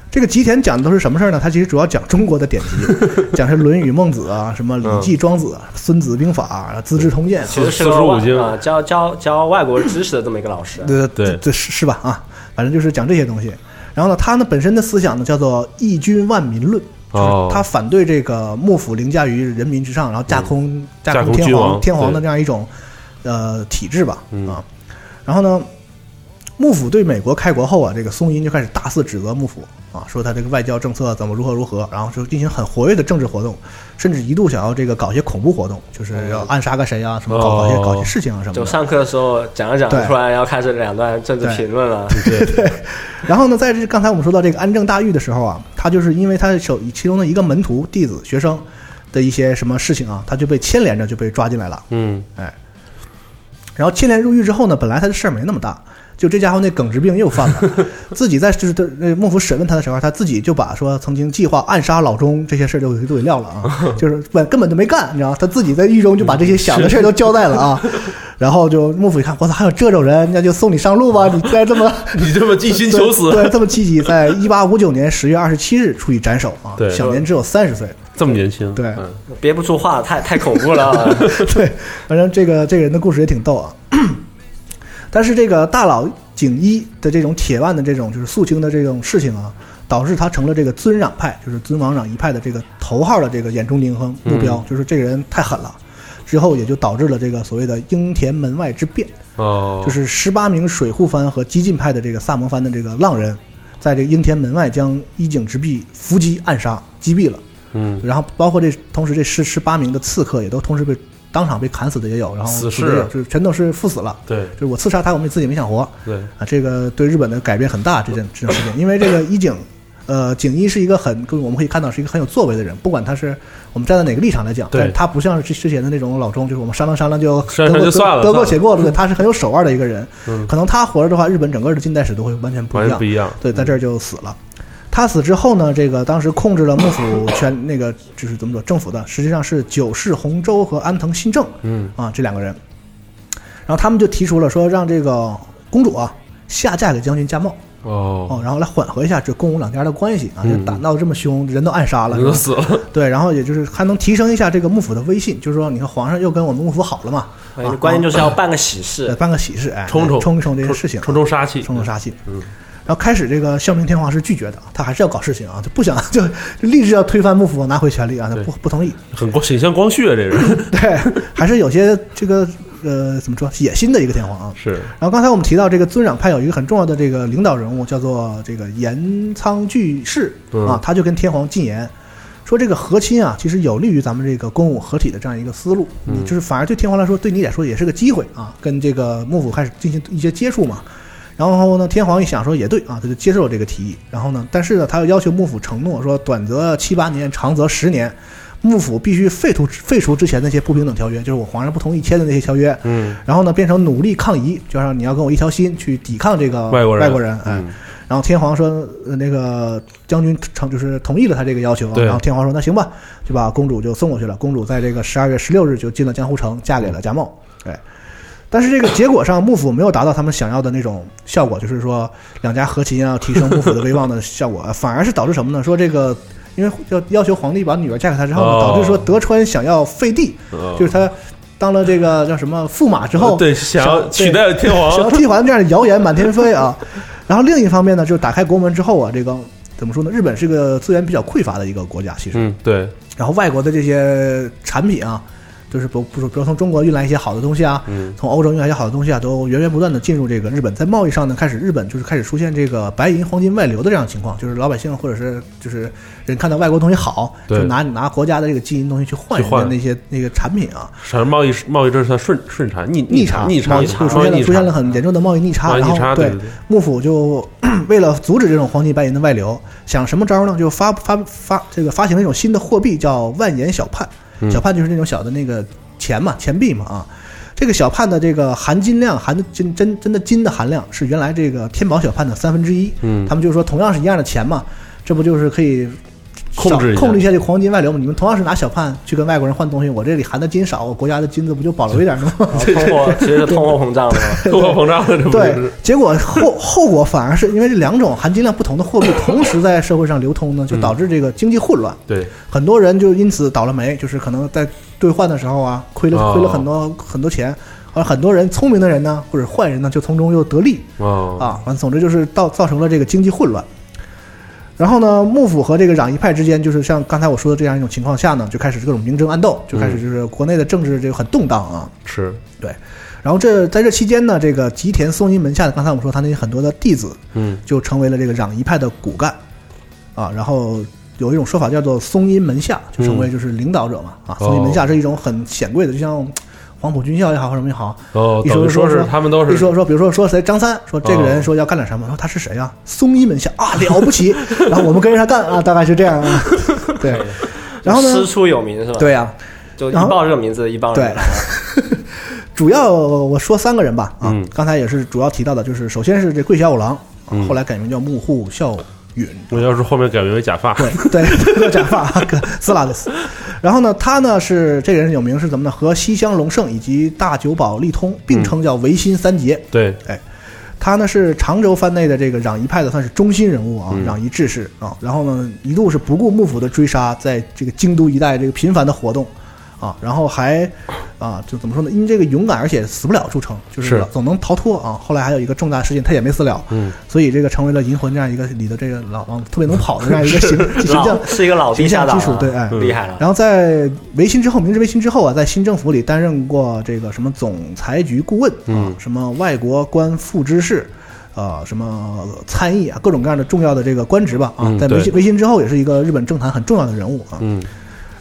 这个吉田讲的都是什么事儿呢？他其实主要讲中国的典籍， 讲是《论语》《孟子》啊，什么《礼记》《庄子》啊《孙子兵法》啊《资治通鉴》啊，
其实是
四
个
十五
外
斤
啊，教教教外国知识的这么一个老师。
对
对
这是是吧？啊，反正就是讲这些东西。然后呢，他呢本身的思想呢叫做“一君万民论”，就是
哦嗯
他反对这个幕府凌驾于人民之上，然后架空、架
架
空
空
天
君
皇
王
天皇的
对
这样一种呃体制吧
嗯
啊。然后呢，幕府对美国开国后啊，这个松阴就开始大肆指责幕府啊，说他这个外交政策怎么如何如何，然后就进行很活跃的政治活动，甚至一度想要这个搞一些恐怖活动，
嗯
就是要暗杀个谁啊，什么搞搞一些搞
哦
一些事情啊什么的
就。上课的时候讲着讲
对
着，突然要开始两段政治
对
评论了。
然后呢，在这刚才我们说到这个安政大狱的时候啊，他就是因为他手其中的一个门徒弟子学生的一些什么事情啊，他就被牵连着就被抓进来了。
嗯，
哎，然后牵连入狱之后呢，本来他的事儿没那么大，就这家伙那耿直病又犯了，自己在就是他那幕府审问他的时候，他自己就把说曾经计划暗杀老钟这些事儿就都给撂了啊，就是本根本就没干，你知道吗，他自己在狱中就把这些想的事儿都交代了啊，然后就幕府一看，我操，还有这种人，那就送你上路吧，你再这么。
你这么尽 心求死，
对，对这么积极，在一八五九年十月二十七日处以斩首啊，
对
享年只有三十岁。
这么年轻，
对
嗯
憋不住话，太太恐怖了。啊
对，反正这个这个人的故事也挺逗啊。 但是这个大佬景一的这种铁腕的这种就是肃清的这种事情啊，导致他成了这个尊攘派，就是尊王攘夷派的这个头号的这个眼中钉和目
嗯
标，就是这个人太狠了。之后也就导致了这个所谓的英田门外之变，
哦，
就是十八名水户藩和激进派的这个萨摩藩的这个浪人，在这个应天门外将伊井直弼伏击暗杀击毙了，
嗯，
然后包括这同时这十十八名的刺客也都同时被当场被砍死的也有，然后
死
死的也有
士
就是全都是赴死了，
对
就是我刺杀他，我们自己没想活
对，
啊，这个对日本的改变很大，这件这种事 情，因为这个伊井。呃，景一是一个很，我们可以看到是一个很有作为的人，不管他是我们站在哪个立场来讲，
对
但他不像是之之前的那种老钟，就是我们商量商量就
商量
得
就
过
算了
得过
算了
且过了，对，他是很有手腕的一个人，
嗯，
可能他活着的话，日本整个的近代史都会完全不
完
一
全
样
不。一样，
对，在这儿就死了。他死之后呢，这个当时控制了幕府权，那个就是怎么说政府的，实际上是九世弘州和安藤新政
嗯，
啊这两个人。然后他们就提出了说，让这个公主啊下嫁给将军家茂，
哦，
哦，然后来缓和一下这公武两家的关系啊，就
嗯
打闹这么凶，人都暗杀了，
人都死了，
对，然后也就是还能提升一下这个幕府的威信，就是说，你看皇上又跟我们幕府好了嘛，啊，
哎
关键
就
就是要办个喜事，
办个喜事，哎，
冲冲
冲一冲这些事情，啊
冲冲杀气，
冲冲杀气。
嗯，
然后开始这个孝明天皇是拒绝的，他还是要搞事情啊，就不想 就就立志要推翻幕府，拿回权力啊，他不不同意，
很光形象光血，这人
对，还是有些这个呃怎么说野心的一个天皇啊。
是
然后刚才我们提到这个尊攘派有一个很重要的这个领导人物，叫做这个岩仓具视
嗯
啊，他就跟天皇进言，说这个和亲啊，其实有利于咱们这个公武合体的这样一个思路，你就是反而对天皇来说，对你来说也是个机会啊，跟这个幕府开始进行一些接触嘛。然后呢，天皇一想说也对啊，他就接受了这个提议。然后呢，但是呢，他又要求幕府承诺说，短则七八年，长则十年，幕府必须废除废除之前那些不平等条约，就是我皇上不同意签的那些条约。
嗯，
然后呢，变成努力抗议，就让你要跟我一条心去抵抗这个
外国人嗯
外国人，哎。然后天皇说，呃那个将军成就是同意了他这个要求啊。
对
然后天皇说，那行吧，就把公主就送过去了。公主在这个十二月十六日就进了江户城，嫁
嗯
给了贾茂。哎，但是这个结果上，幕府没有达到他们想要的那种效果，就是说两家和亲啊，提升幕府的威望的效果， 反而是导致什么呢？说这个。因为要要求皇帝把女儿嫁给他之后呢，
哦
导致说德川想要废帝，
就
就是他当了这个叫什么驸马之后，
哦嗯对哦想要
想
取代天
想要
皇，
替还这样的谣言满天飞啊。 然后另一方面呢，就是打开国门之后啊，这个怎么说呢？日本是个资源比较匮乏的一个国家，其实，
嗯，对，
然后外国的这些产品啊，就是不不是，比如从中国运来一些好的东西啊，
嗯
从欧洲运来一些好的东西啊，都源源不断的进入这个日本。在贸易上呢，开始日本就是开始出现这个白银、黄金外流的这样的情况，就是老百姓或者是就是人看到外国东西好，
对
就拿拿国家的这个金银东西去换
去
人家
换
那些那个产品啊，
反正贸易贸易这算顺顺差逆
逆
差
差
逆
贸易
出
出
现
现了出现了很严重的贸易逆差，
贸易
然
逆差
后
对
对
对对
幕府就 为了阻止这种黄金白银的外流，想什么招呢？就发发发这个发行了一种新的货币叫万延小判，
嗯
小判就是那种小的那个钱嘛，钱币嘛啊。这个小判的这个含金量，含的金真真的金的含量是原来这个天宝小判的三分之一。
嗯
他们就说同样是一样的钱嘛，这不就是可以
控
少
制一下
控制一下这个黄金外流嘛？你们同样是拿小判去跟外国人换东西，我这里含的金少，我国家的金子不就保留一点儿吗？
啊通货其实是通货膨胀了嘛。
通货膨胀了，这 不
对
就是，
结果后 后果反而是因为这两种含金量不同的货币 同时在社会上流通呢，就导致这个经济混乱，
嗯对
很多人就因此倒了霉，就是可能在兑换的时候啊，亏了
哦
亏了很多很多钱，而很多人聪明的人呢，或者坏人呢，就从中又得利
哦，
啊，完，总之就是造造成了这个经济混乱。然后呢，幕府和这个攘夷派之间，就是像刚才我说的这样一种情况下呢，就开始各种明争暗斗，就开
嗯
始就是国内的政治这个很动荡啊。
是
对，然后这在这期间呢，这个吉田松阴门下的，刚才我们说他那些很多的弟子，
嗯，
就成为了这个攘夷派的骨干啊。然后有一种说法叫做松阴门下，
嗯
就成为就是领导者嘛、啊。松阴
哦
门下是一种很显贵的，就像黄埔军校也好或者什么也好，
哦，
一
等于说
说
是他们都
一
是
说说，比如说说谁张三说这个
哦
人说要干点什么，说他是谁啊？松阴门下啊，了不起， 然后我们跟着他干啊，大概是这样啊。
哎
对， 然后
师
呢？
出有名是吧？，
对呀、啊，
就一
然后
报这个名字一帮人。
主要我说三个人吧，啊，
嗯
刚才也是主要提到的，就是首先是这桂小五郎，啊
嗯
后来改名叫木户孝允，
我要是后面改名为假发，
对对，热假发跟斯拉的斯。然后呢，他呢是这个人有名是怎么呢？和西乡隆盛以及大久保利通并称叫维新三杰。
对，
哎，他呢是常州藩内的这个攘夷派的算是中心人物啊，
嗯
攘夷志士啊。然后呢，一度是不顾幕府的追杀，在这个京都一带这个频繁的活动啊，然后还啊，就怎么说呢？因这个勇敢而且死不了著称，就是是总能逃脱啊。后来还有一个重大事件，他也没死了，
嗯，
所以这个成为了银魂这样一个里的这个老王特别能跑的这样一 个形形象
老。是一个老地
形
下
象
党
基
啊，
础对，哎，
厉害了。
然后在维新之后，明治维新之后啊，在新政府里担任过这个什么总裁局顾问啊，
嗯
什么外国官副知事，呃，什么参议啊，各种各样的重要的这个官职吧啊，
嗯
在
对
维新维新之后，也是一个日本政坛很重要的人物啊。
嗯，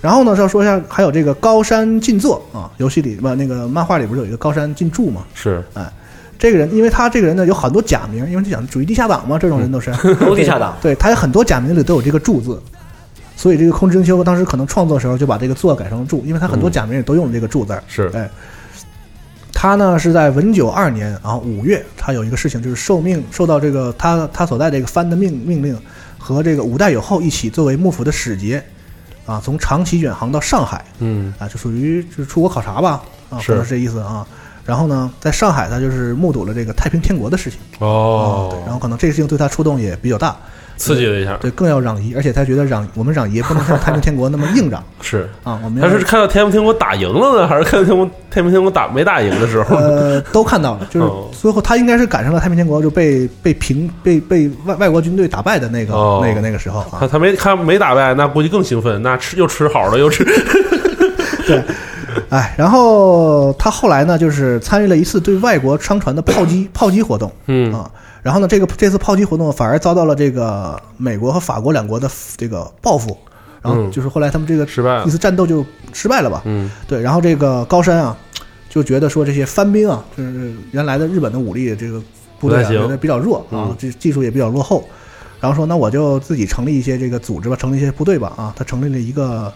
然后呢，要说一下，还有这个高山进作啊，游戏里吧，那个漫画里不是有一个高山进柱嘛？
是
哎，这个人，因为他这个人呢有很多假名，因为他讲属于地下党嘛，这种人都是
嗯
都地下党
对他有很多假名里都有这个“柱”字，所以这个空之英修当时可能创作的时候就把这个“作”改成“柱”，因为他
嗯
很多假名里都用这个“柱”字儿。
是
哎，他呢是在文久二年啊五月，他有一个事情就是受命受到这个他他所在这个藩的命命令，和这个五代友后一起作为幕府的使节，啊，从长崎远航到上海，
嗯
啊，就属于就是出国考察吧，啊，
是
可能是这意思啊。然后呢，在上海他就是目睹了这个太平天国的事情，啊
哦，
对，然后可能这个事情对他触动也比较大，
刺激了一下，
对，更要攘夷，而且他觉得攘我们攘夷不能像太平天国那么硬攘
是。
啊，我们
他
要
是看到天幕天国打赢了呢，还是看天幕天幕天国打没打赢的时候？
呃，都看到了，就是
哦
最后他应该是赶上了太平天国就被被平被被外外国军队打败的那个、
哦
那个那个时候啊，
他他没他没打败，那估计更兴奋，那吃又吃好了 又吃，
哎，然后他后来呢，就是参与了一次对外国商船的炮 击炮击活动
嗯，
啊。然后呢，这个这次炮击活动反而遭到了这个美国和法国两国的这个报复，然后
嗯
就是后来他们这个
失败了
一，次战斗就失败了吧？
嗯，
对，然后这个高山啊，就觉得说这些番兵啊，就是原来的日本的武力这个部队啊，
不太行
觉得比较弱啊
嗯，
这技术也比较落后，然后说那我就自己成立一些这个组织吧，成立一些部队吧啊，他成立了一个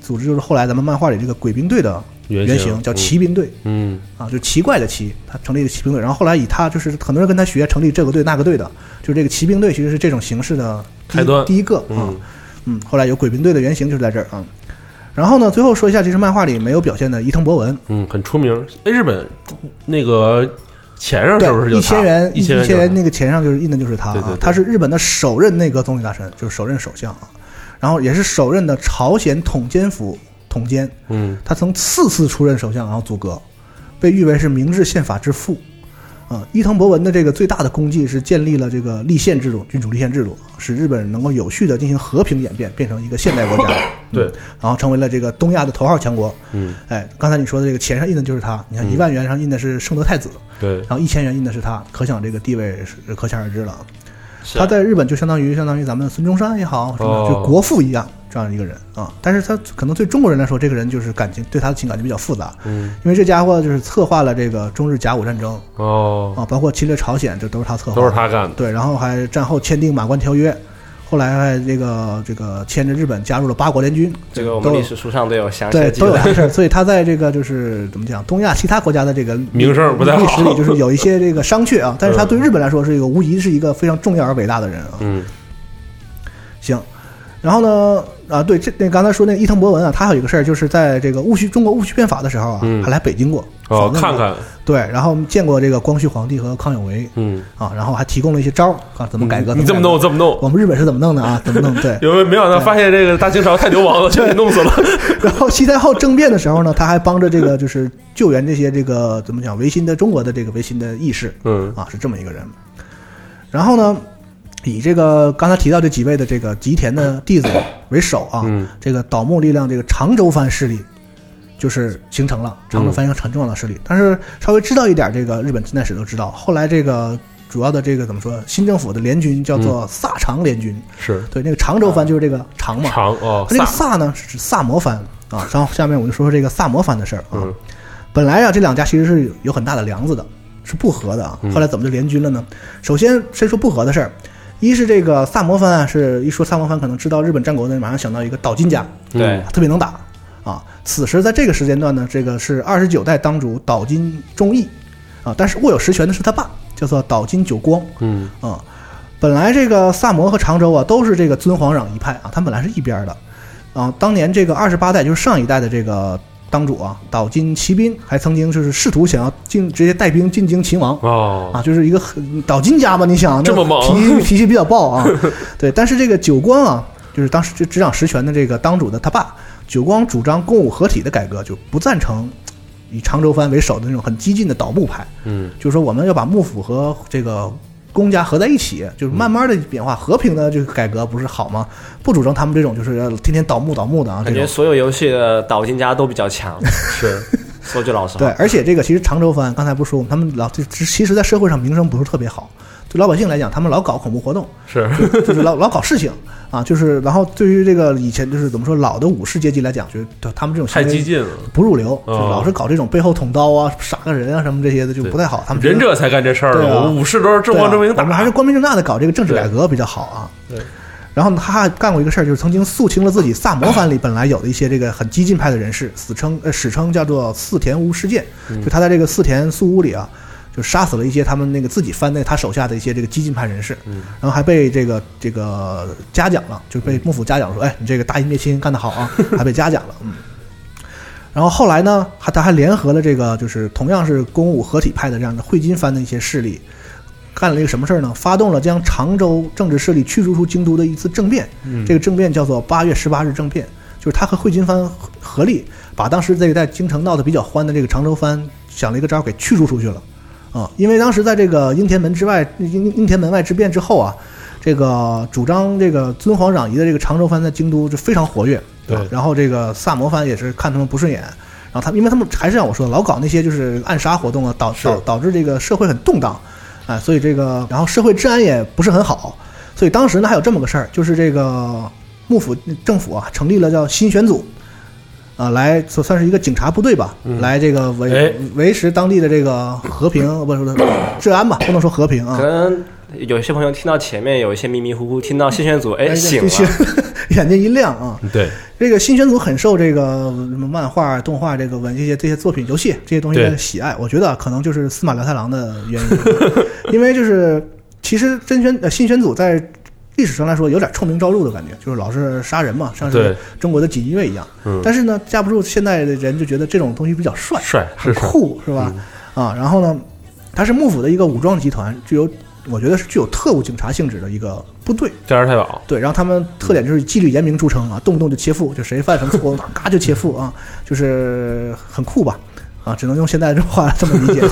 组织，就是后来咱们漫画里这个鬼兵队的
原
原
型
型，叫奇兵队。
嗯，
啊，就奇怪的奇，他成立了奇兵队，然后后来以他就是很多人跟他学，成立这个队那个队的，就是这个骑兵队其实是这种形式的第一
开端
第一个啊，
嗯
嗯，后来有鬼兵队的原型就是在这儿啊。然后呢，最后说一下，其实漫画里没有表现的伊藤博文，
嗯，很出名。哎，日本那个钱上
对
是不是，就
一千
他
元
一
千
千
元
元
那个钱上就是印的就是他
对对
啊
对，
他是日本的首任内阁总理大臣，就是首任首相啊，然后也是首任的朝鲜统监府统监，
就是他？嗯，
他曾四次出任首相，然后阻隔，被誉为是明治宪法之父。啊，伊藤博文的这个最大的功绩是建立了这个立宪制度，君主立宪制度，使日本能够有序的进行和平演变，变成一个现代国家。
对
嗯然后成为了这个东亚的头号强国。
嗯，
哎，刚才你说的这个钱上印的就是他，你看一万元上印的是圣德太子，
对，
然后一千元印的是他，可想这个地位是可想而知了。
是
他在日本就相当于相当于咱们孙中山也好，什么
哦
就国父一样这样一个人啊。但是他可能对中国人来说，这个人就是感情对他的情感就比较复杂，
嗯，
因为这家伙就是策划了这个中日甲午战争
哦，
啊，包括侵略朝鲜，这都是他策划，
都是。他干的，
对，然后还战后签订马关条约，后来还这个这个牵着日本加入了八国联军，
这个我
都
们历史书上都有详细
对
的记
都有
载。
这事儿，所以他在这个就是怎么讲，东亚其他国家的这个
名声不太
历
好
史里就是有一些这个商 榷啊，但是他对日本来说是一个无疑是一个非常重要而伟大的人啊。
嗯，
行，然后呢，啊，对，这那刚才说那个伊藤博文啊，他还有一个事儿，就是在这个戊戌中国戊戌变法的时候啊，
嗯
还来北京过，
哦
访，问过
看，看，
对，然后见过这个光绪皇帝和康有为
嗯，
啊，然后还提供了一些招儿啊，怎么改革，
你这么
改革哦
弄，这么弄，
我们日本是怎么弄的啊，怎么弄， 对，
有没有没想到发现这个大清朝太流氓了，就给弄死了，
然后西太后政变的时候呢，他还帮着这个就是救援这些这个怎么讲维新的中国的这个维新的义士
嗯，
啊，是这么一个人。然后呢，以这个刚才提到这几位的这个吉田的弟子为首啊，
嗯
这个倒幕力量这个常州藩势力就是形成了，常州藩一个很重要的势力。但是稍微知道一点这个日本近代史都知道，后来这个主要的这个怎么说，新政府的联军叫做萨长联军，
是
对，那个常州藩就是这个常嘛，
长哦，
这个
萨
萨呢是指萨摩藩啊，然后下面我就说说这个萨摩藩的事儿啊。
嗯
本来啊，这两家其实是有很大的梁子的，是不和的啊。
嗯
后来怎么就联军了呢？首先先说不和的事儿，一是这个萨摩藩啊，是一说萨摩藩，可能知道日本战国的人马上想到一个岛津家，
对
特别能打啊。此时在这个时间段呢，这个是二十九代当主岛津忠义啊，但是握有实权的是他爸，叫做岛津久光。
嗯
啊、本来这个萨摩和常州啊都是这个尊皇攘一派啊，他们本来是一边儿的啊。当年这个二十八代就是上一代的这个当主啊，岛津骑兵还曾经就是试图想要进直接带兵进京秦王
哦，
啊，就是一个很岛津家嘛，你想
这么猛
那 脾气脾气比较暴啊。对，但是这个久光啊，就是当时执执掌实权的这个当主的他爸久光主张公武合体的改革，就不赞成以常州藩为首的那种很激进的倒幕派。
嗯
就是说我们要把幕府和这个公家合在一起，就是慢慢的变化，和平的这个改革不是好吗？不主张他们这种就是要天天倒幕倒幕的啊，这
感觉
种。
所有游戏的岛津家都比较 强。
是，
说句老实
对
话，，
而且这个其实常州藩刚才不是说过吗他们老就其实，在社会上名声不是特别好，对老百姓来讲，他们老搞恐怖活动，
是
就就是老老搞事情啊，就是然后对于这个以前就是怎么说老的武士阶级来讲，就是他们这种
太
行为
激进了，
不入流，就
哦
老是搞这种背后捅刀啊、杀个人啊什么这些的就不太好，他们觉得
忍者才干这事儿
对啊
呢，我武士都是正
对
光
啊
正明
我们
打，
还是光明正大的搞这个政治改革比较好啊。
对对
然后他还干过一个事儿，就是曾经肃清了自己萨摩藩里本来有的一些这个很激进派的人士，死称呃史称叫做四田屋事件，
嗯
就他在这个四田宿屋里啊，就杀死了一些他们那个自己藩内他手下的一些这个激进派人士，
嗯
然后还被这个这个嘉奖了，就是被幕府嘉奖说，哎，你这个大义灭亲干得好啊，还被嘉奖了，嗯。嗯然后后来呢，还他还联合了这个就是同样是公武合体派的这样的汇金藩的一些势力，干了一个什么事儿呢？发动了将常州政治势力驱逐出京都的一次政变。
嗯
这个政变叫做八月十八日政变，就是他和汇金藩合合力，把当时这个在京城闹得比较欢的这个常州藩想了一个招儿给驱逐出去了。啊、因为当时在这个应天门之外，应应天门外之变之后啊，这个主张这个尊皇攘夷的这个常州藩在京都就非常活跃，
对
啊然后这个萨摩藩也是看他们不顺眼，然后他们因为他们还是像我说的，老搞那些就是暗杀活动啊，导
是
导导致这个社会很动荡，啊，所以这个然后社会治安也不是很好，啊所以当时呢还有这么个事儿，就是这个幕府政府啊成立了叫新选组。啊，来算算是一个警察部队吧，
嗯
来这个维、
哎
维持当地的这个和平，呃不是不是治安吧，不能说和平啊
可，能有些朋友听到前面有一些迷迷糊糊，听到新选组，哎，醒
必须
了。
眼睛一亮啊！
嗯对，
这个新选组很受这个什么漫画、动画、这个文这些这些作品、游戏这些东西的
对
喜爱。我觉得啊可能就是司马辽太郎的原因， 因为就是其实真选呃新选组在历史上来说有点臭名昭著的感觉，就是老是杀人嘛，像是
对
中国的锦衣卫一样。
嗯
但是呢，架不住现在的人就觉得这种东西比较帅，
帅是嗯
很
帅，
酷是吧？啊，然后呢，它是幕府的一个武装集团，具有我觉得是具有特务警察性质的一个部队。
加尔太保，
对，然后他们特点就是纪律严明著称啊，动不动就切腹，就谁犯什么错， 嘎就切腹啊，就是很酷吧。啊，只能用现在这话这么理解。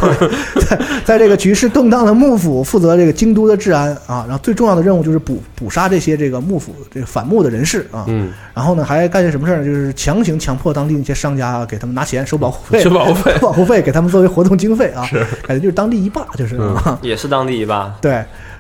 在在这个局势动荡的幕府负责这个京都的治安啊，然后最重要的任务就是捕捕杀这些这个幕府这个反幕的人士啊。
嗯，
然后呢，还干些什么事儿呢？就是强行强迫当地那些商家给他们拿钱收保护费，
收保护费
保护费给他们作为活动经费啊。感觉就是当地一霸，就是、
嗯
啊
也是当地 吧，
对，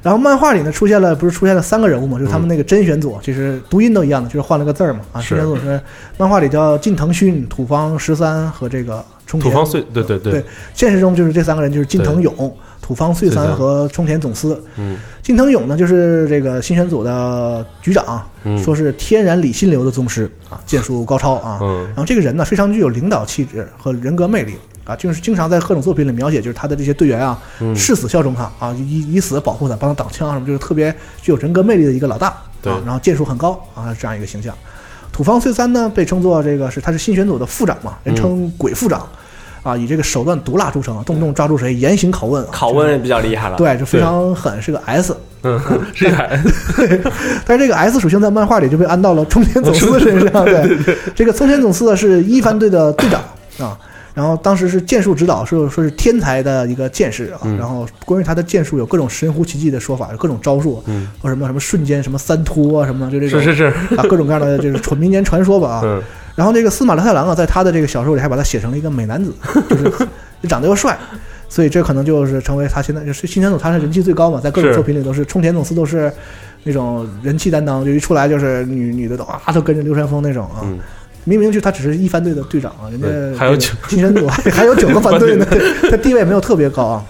然后漫画里呢出现了，不是出现了三个人物嘛，就是他们那个真选组，其实读音都一样的，就是换了个字儿嘛。啊，
嗯是
真选组是漫画里叫近藤勋、土方十三和这个冲
土
田。
方岁，对对对
对，现实中就是这三个人，就是近藤勇、土方岁
岁
三
三
和冲田总司。
嗯，
近藤勇呢，就是这个新选组的局长，
嗯
说是天然理心流的宗师啊，剑术高超啊。
嗯
然后这个人呢，非常具有领导气质和人格魅力啊，就是经常在各种作品里描写，就是他的这些队员啊，誓死效忠他啊，以以死保护他，帮他挡枪啊什么，就是特别具有人格魅力的一个老大。
对
啊，然后剑术很高啊，这样一个形象。土方岁三呢，被称作这个是他是新选组的副长嘛，人称鬼副长，啊，以这个手段毒辣著称啊，动不动抓住谁严刑拷问啊，
拷问比较厉害了。，
对，就非常狠，是个 S。
嗯，是 海，
但是这个 S 属性在漫画里就被安到了冲田总司身上。对，这个冲田总司呢是一番队的队长啊，然后当时是剑术指导，说说是天才的一个剑士啊。然后关于他的剑术有各种神乎其技的说法，有各种招数，
嗯
或什么什么瞬间什么三突啊什么的，就这种
是是是，
啊各种各样的就是纯民间传说吧 啊。
嗯，
然后这个司马辽太郎啊，在他的这个小说里还把他写成了一个美男子， 就是长得又帅，所以这可能就是成为他现在就是新田总他是人气最高嘛，在各种
是
作品里都是冲田总司都是那种人气担当，就一出来就是女女的都啊都跟着流川枫那种啊。
嗯
明明就他只是一番队的队长啊，人
对
家
还有
这
九
个新 选组还还有九个番队呢，他地位没有特别高啊。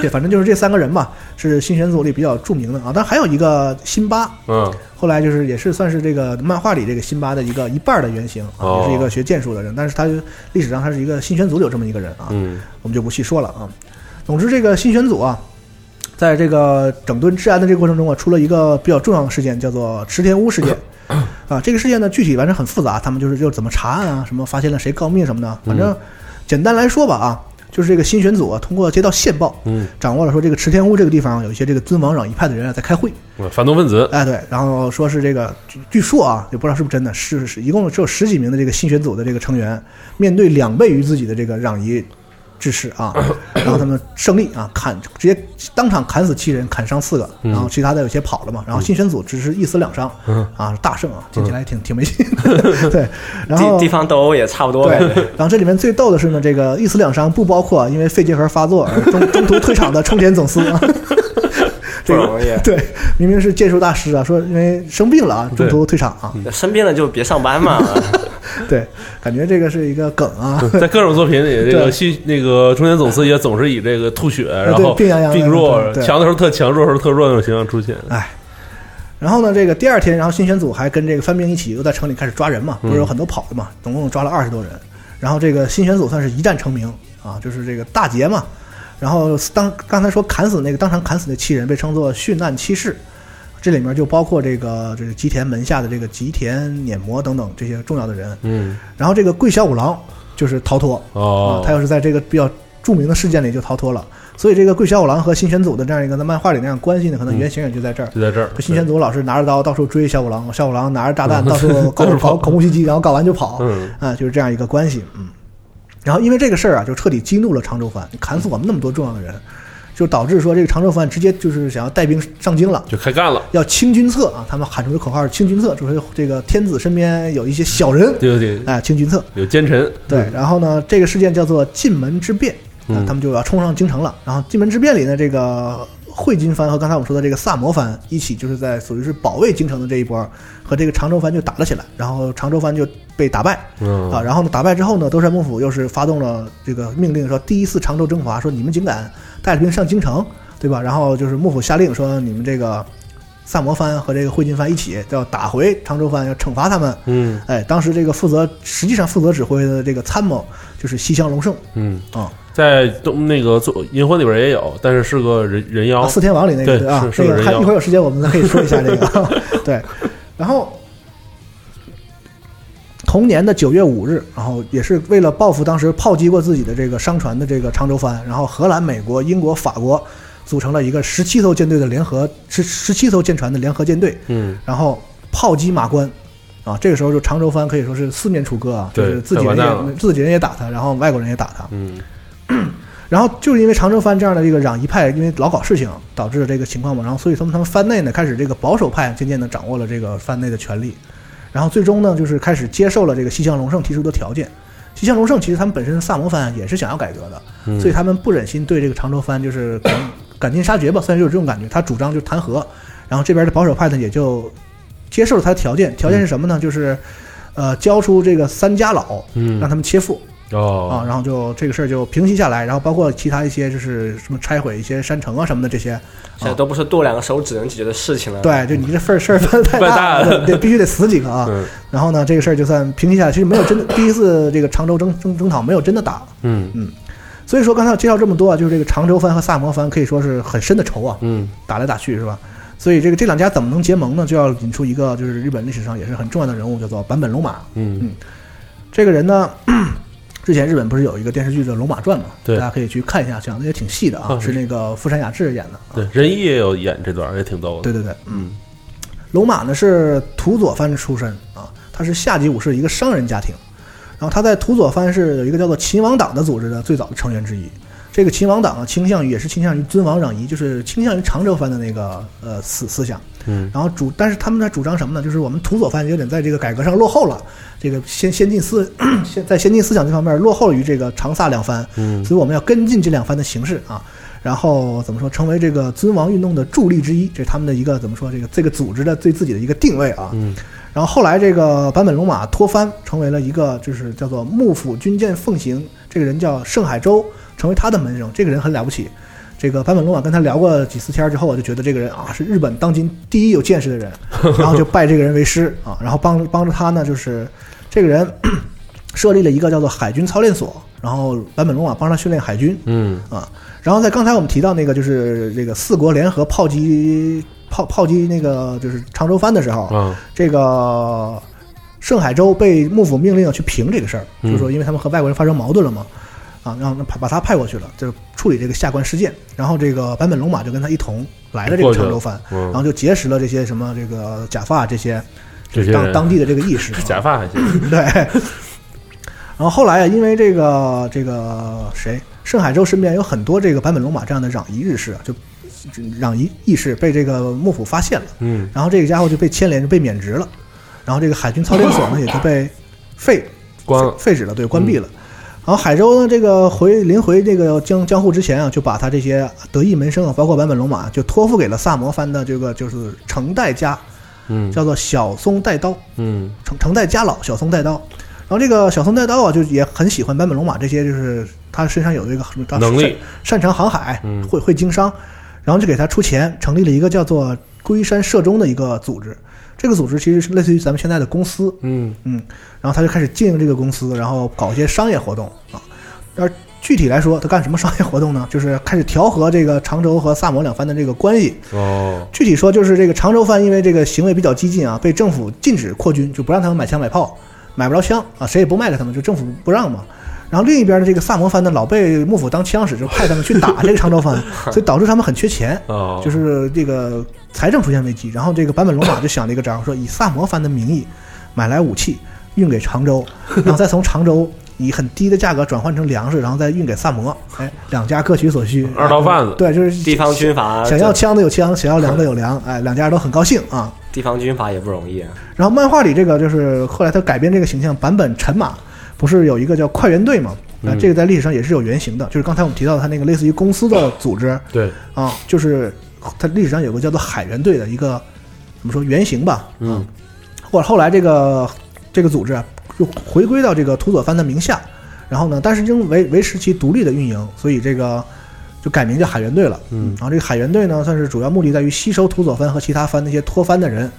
对，反正就是这三个人吧，是新选组里比较著名的啊。但还有一个辛巴，
嗯，
后来就是也是算是这个漫画里这个辛巴的一个一半儿的原型啊，
哦
也是一个学剑术的人，但是他历史上他是一个新选组里有这么一个人啊，
嗯，
我们就不细说了啊。总之，这个新选组啊，在这个整顿治安的这个过程中啊，出了一个比较重要的事件，叫做池田屋 事件。啊，这个事件呢，具体完全很复杂，他们就是就是怎么查案啊，什么发现了谁告密什么
嗯
的，反正简单来说吧啊，就是这个新选组啊，通过接到线报，
嗯，
掌握了说这个池田屋这个地方有一些这个尊王攘夷派的人啊在开会，
反动分子，
哎，对，然后说是这个，据据说啊，也不知道是不是真的，是是，一共只有十几名的这个新选组的这个成员，面对两倍于自己的这个攘夷之势 啊，然后他们胜利啊，砍直接当场砍死七人，砍伤四个，
嗯
然后其他的有些跑了嘛，然后新选组只是一死两伤，啊，大胜啊，听起来挺挺没劲， 对，然后
地地方斗殴也差不多呗。
对，然后这里面最逗的是呢，这个一死两伤不包括因为肺结核发作而中中途退场的冲田总司。 啊
不
这
容易
个 对，明明是剑术大师啊，说因为生病了啊，中途退场啊，
生病了就别上班嘛。
对，感觉这个是一个梗啊，
在各种作品里，这
对哎
个西那个中间总司也总是以这个吐血，然
对
后
病殃殃的
病弱
那，种对
强的时候特强，弱的时候特弱那种形象出现，
哎。然后呢，这个第二天，然后新选组还跟这个番兵一起又在城里开始抓人嘛，不是有很多跑的嘛，总共抓了二十多人。然后这个新选组算是一战成名啊，就是这个大捷嘛。然后当刚才说砍死那个当场砍死那七人被称作殉难七士，这里面就包括这个这是吉田门下的这个吉田碾磨等等这些重要的人。
嗯，
然后这个桂小五郎就是逃脱啊
哦，，
他要是在这个比较著名的事件里就逃脱了，所以这个桂小五郎和新选组的这样一个在漫画里那样关系呢，
嗯
可能原型也就在这儿。
就在这儿，
新选组老是拿着刀到处追小五郎，小五郎拿着炸弹
嗯
到处搞
到处跑
搞恐怖袭击，然后搞完就跑，
嗯
啊，就是这样一个关系，嗯。然后因为这个事儿啊，就彻底激怒了常州藩，砍死我们那么多重要的人，就导致说这个常州藩直接就是想要带兵上京了。
就开干了，
要清君侧啊！他们喊出的口号是清君侧，就是这个天子身边有一些小人，
有有
哎，清君侧。
有奸臣，
对，然后呢，这个事件叫做进门之变，啊、
嗯
他们就要冲上京城了。然后进门之变里呢，这个汇金藩和刚才我们说的这个萨摩藩一起，就是在属于是保卫京城的这一波，和这个常州藩就打了起来，然后常州藩就被打败
嗯
啊。然后呢，打败之后呢，德川幕府又是发动了这个命令，说第一次常州征伐，说你们竟敢带着兵上京城，对吧？然后就是幕府下令说，你们这个萨摩藩和这个汇金藩一起要打回常州藩，要惩罚他们。
嗯
哎，当时这个负责实际上负责指挥的这个参谋就是西乡隆盛
嗯，
啊，
在东那个做银魂里边也有，但是是个人人
啊
妖，
四天王里那个
对
对啊，
是
这
是
个
人
还
妖
一会儿有时间我们可以说一下这 个对，然后。同年的九月五日，然后也是为了报复当时炮击过自己的这个商船的这个常州藩，然后荷兰、美国、英国、法国组成了一个十七艘舰队的联合十十七艘舰船的联合舰队，
嗯，
然后炮击马关，啊，这个时候就常州藩可以说是四面楚歌啊，就
对
是自己
太完
人
蛋了
也自己人也打他，然后外国人也打他，
嗯
然后就是因为常州藩这样的一个攘夷派，因为老搞事情导致这个情况嘛，然后所以他们他们藩内呢开始这个保守派渐渐的掌握了这个藩内的权力，然后最终呢就是开始接受了这个西乡隆盛提出的条件。西乡隆盛其实他们本身萨摩藩也是想要改革的，
嗯，
所以他们不忍心对这个常州藩就是赶 赶尽杀绝吧，算是有这种感觉。他主张就是弹劾，然后这边的保守派呢也就接受了他的条件，条件是什么呢？就是呃交出这个三家老，
嗯
让他们切腹啊，
哦
然后就这个事儿就平息下来，然后包括其他一些就是什么拆毁一些山城啊什么的这些，
现在都不是剁两个手指能解决的事情了。
对，就你这嗯份儿事儿办得太大
办大
了，
了
得必须得死几个啊。
嗯
然后呢，这个事儿就算平息下来，其实没有真的第一次这个常州征征征讨没有真的打，
嗯
所以说刚才我介绍这么多啊，就是这个常州藩和萨摩藩可以说是很深的仇啊，
嗯
打来打去是吧？所以这个这两家怎么能结盟呢？就要引出一个就是日本历史上也是很重要的人物，叫做坂本龙马。
嗯
这个人呢， 之前日本不是有一个电视剧叫《龙马传》嘛？
对
大家可以去看一下，讲的也挺细的啊，
啊
是那个富山雅治演的。
对，仁义也有演这段，也挺逗的，
啊对对对，嗯，龙马呢是土佐藩出身啊，他是下级武士一个商人家庭，然后他在土佐藩是有一个叫做秦王党的组织的最早的成员之一。这个秦王党啊，倾向于也是倾向于尊王攘夷，就是倾向于常州藩的那个呃思思想。
嗯
然后主，但是他们在主张什么呢？就是我们土佐藩有点在这个改革上落后了，这个先先进思 先在先进思想这方面落后于这个长萨两藩，
嗯
所以我们要跟进这两藩的形式啊。然后怎么说，成为这个尊王运动的助力之一，这是他们的一个怎么说，这个这个组织的对自己的一个定位啊。
嗯
然后后来这个坂本龙马脱藩，成为了一个就是叫做幕府军舰奉行，这个人叫盛海洲，成为他的门生。这个人很了不起。这个坂本龙马跟他聊过几次天儿之后，我就觉得这个人啊是日本当今第一有见识的人，然后就拜这个人为师啊，然后帮帮助他呢，就是这个人设立了一个叫做海军操练所，然后坂本龙马帮他训练海军，
嗯
啊。然后在刚才我们提到那个，就是这个四国联合炮击炮炮击那个就是常州藩的时候，
啊
这个盛海洲被幕府命令要去平这个事儿，
嗯
就是说因为他们和外国人发生矛盾了嘛，啊，让把把他派过去了，就是处理这个下关事件。然后这个坂本龙马就跟他一同来了这个
过去了
常州藩，然后
嗯，
就结识了这些什么这个假发这些
这些
当
人
当地的这个意识啊，
假发还行，
对。然后后来啊，因为这个这个谁，盛海洲身边有很多这个坂本龙马这样的攘夷日士啊，就攘夷义士被这个幕府发现了，
嗯
然后这个家伙就被牵连，就被免职了，然后这个海军操练所呢也就被废
关了，
废止了，对，关闭了。然后海州呢，这个回临回这个江江户之前啊，就把他这些得意门生啊，包括坂本龙马，就托付给了萨摩藩的这个就是成代家，
嗯
叫做小松带刀。
嗯
成成代家老小松带刀。然后这个小松带刀啊，就也很喜欢坂本龙马这些，就是他身上有这个什么
能力，
擅擅长航海，
嗯
会会经商，然后就给他出钱，成立了一个叫做龟山社中的一个组织。这个组织其实是类似于咱们现在的公司，
嗯
嗯，然后他就开始经营这个公司，然后搞一些商业活动啊。而具体来说，他干什么商业活动呢？就是开始调和这个常州和萨摩两藩的这个关系，
哦
具体说就是这个常州藩因为这个行为比较激进啊，被政府禁止扩军，就不让他们买枪买炮，买不着枪啊，谁也不卖给他们，就政府不让嘛。然后另一边的这个萨摩藩呢，老被幕府当枪使，就派他们去打这个长 州藩，所以导致他们很缺钱，
哦，
就是这个财政出现危机。然后这个坂本龙马就想了一个招，说以萨摩藩的名义买来武器运给常州，然后再从常州以很低的价格转换成粮食，然后再运给萨摩，哎，两家各取所需。
二道贩子，
对，就是
地方军阀
想要枪的有枪，想要粮的有粮，哎，两家人都很高兴啊。
地方军阀也不容易啊。
然后漫画里这个就是后来他改编这个形象，版本陈马不是有一个叫快援队嘛？啊，
嗯
这个在历史上也是有原型的，就是刚才我们提到的他那个类似于公司的组织
对，
啊，就是他历史上有个叫做海援队的一个怎么说原型吧？
嗯，
或者后来这个这个组织啊，又回归到这个土佐藩的名下，然后呢，但是因为维持其独立的运营，所以这个就改名叫海援队了。
嗯
然后这个海援队呢，算是主要目的在于吸收土佐藩和其他藩那些脱藩的人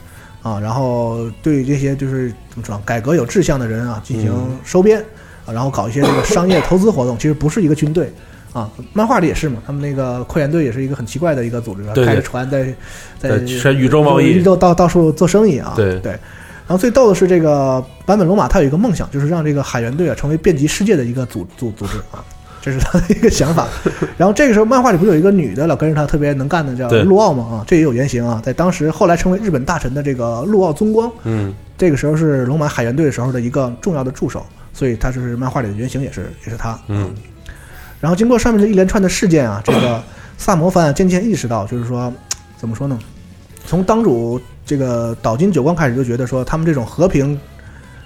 啊，然后对这些就是怎么说改革有志向的人啊进行
嗯
收编、啊，然后搞一些这个商业投资活动，其实不是一个军队。啊，漫画里也是嘛，他们那个扩员队也是一个很奇怪的一个组织，
对对
开着船在在
在全宇宙贸易
宇宙到到处做生意啊。
对
对。然后最逗的是，这个坂本龙马他有一个梦想，就是让这个海员队啊成为遍及世界的一个组组组织啊，这是他的一个想法。然后这个时候，漫画里不是有一个女的老跟着他特别能干的叫
对
陆奥嘛啊，这也有原型啊，在当时后来成为日本大臣的这个陆奥宗光，
嗯，
这个时候是龙马海员队时候的一个重要的助手，所以他就是漫画里的原型也是也是他。
嗯，
然后经过上面这一连串的事件啊，这 个萨摩藩啊渐渐意识到，就是说，怎么说呢？从当主这个岛津久光开始就觉得说，他们这种和平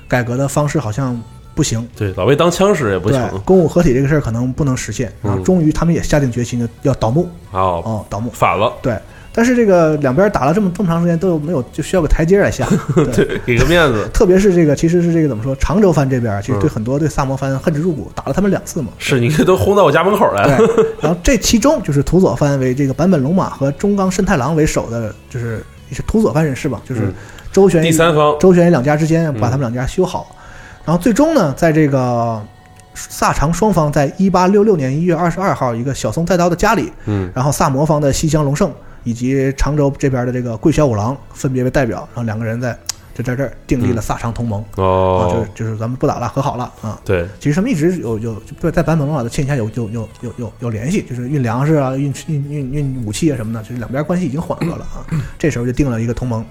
改革的方式好像不行，
对，老被当枪使也不
对
行，
公武合体这个事儿可能不能实现。然后
嗯
终于他们也下定决心要要倒幕，
哦，
哦，倒幕。
反了，
对，但是这个两边打了这么这么长时间，都有没有就需要个台阶 来下。对
对，给个面子，
特别是这个，其实是这个怎么说？常州藩这边啊其实对
嗯
很多对萨摩藩恨之入骨，打了他们两次嘛。
是你都轰到我家门口来，
对，然后这其中就是土佐藩为这个坂本龙马和中冈慎太郎为首的，就是也是土佐藩人士吧，就是
嗯
周旋于
第三方，
周旋于两家之间，
嗯
把他们两家修好。然后最终呢，在这个萨长双方在一八六六年一月二十二号一个小松菜刀的家里，
嗯，
然后萨摩方的西乡隆盛以及常州这边的这个桂小五郎分别为代表，然后两个人在就在这儿订立了萨长同盟。啊，就
嗯哦
是，就是咱们不打了，和好了啊。
对，
其实他们一直有有就在坂本龙马的牵引下有有有有有有联系，就是运粮食啊、运运运运武器啊什么的，就是两边关系已经缓和了啊。这时候就定了一个同盟。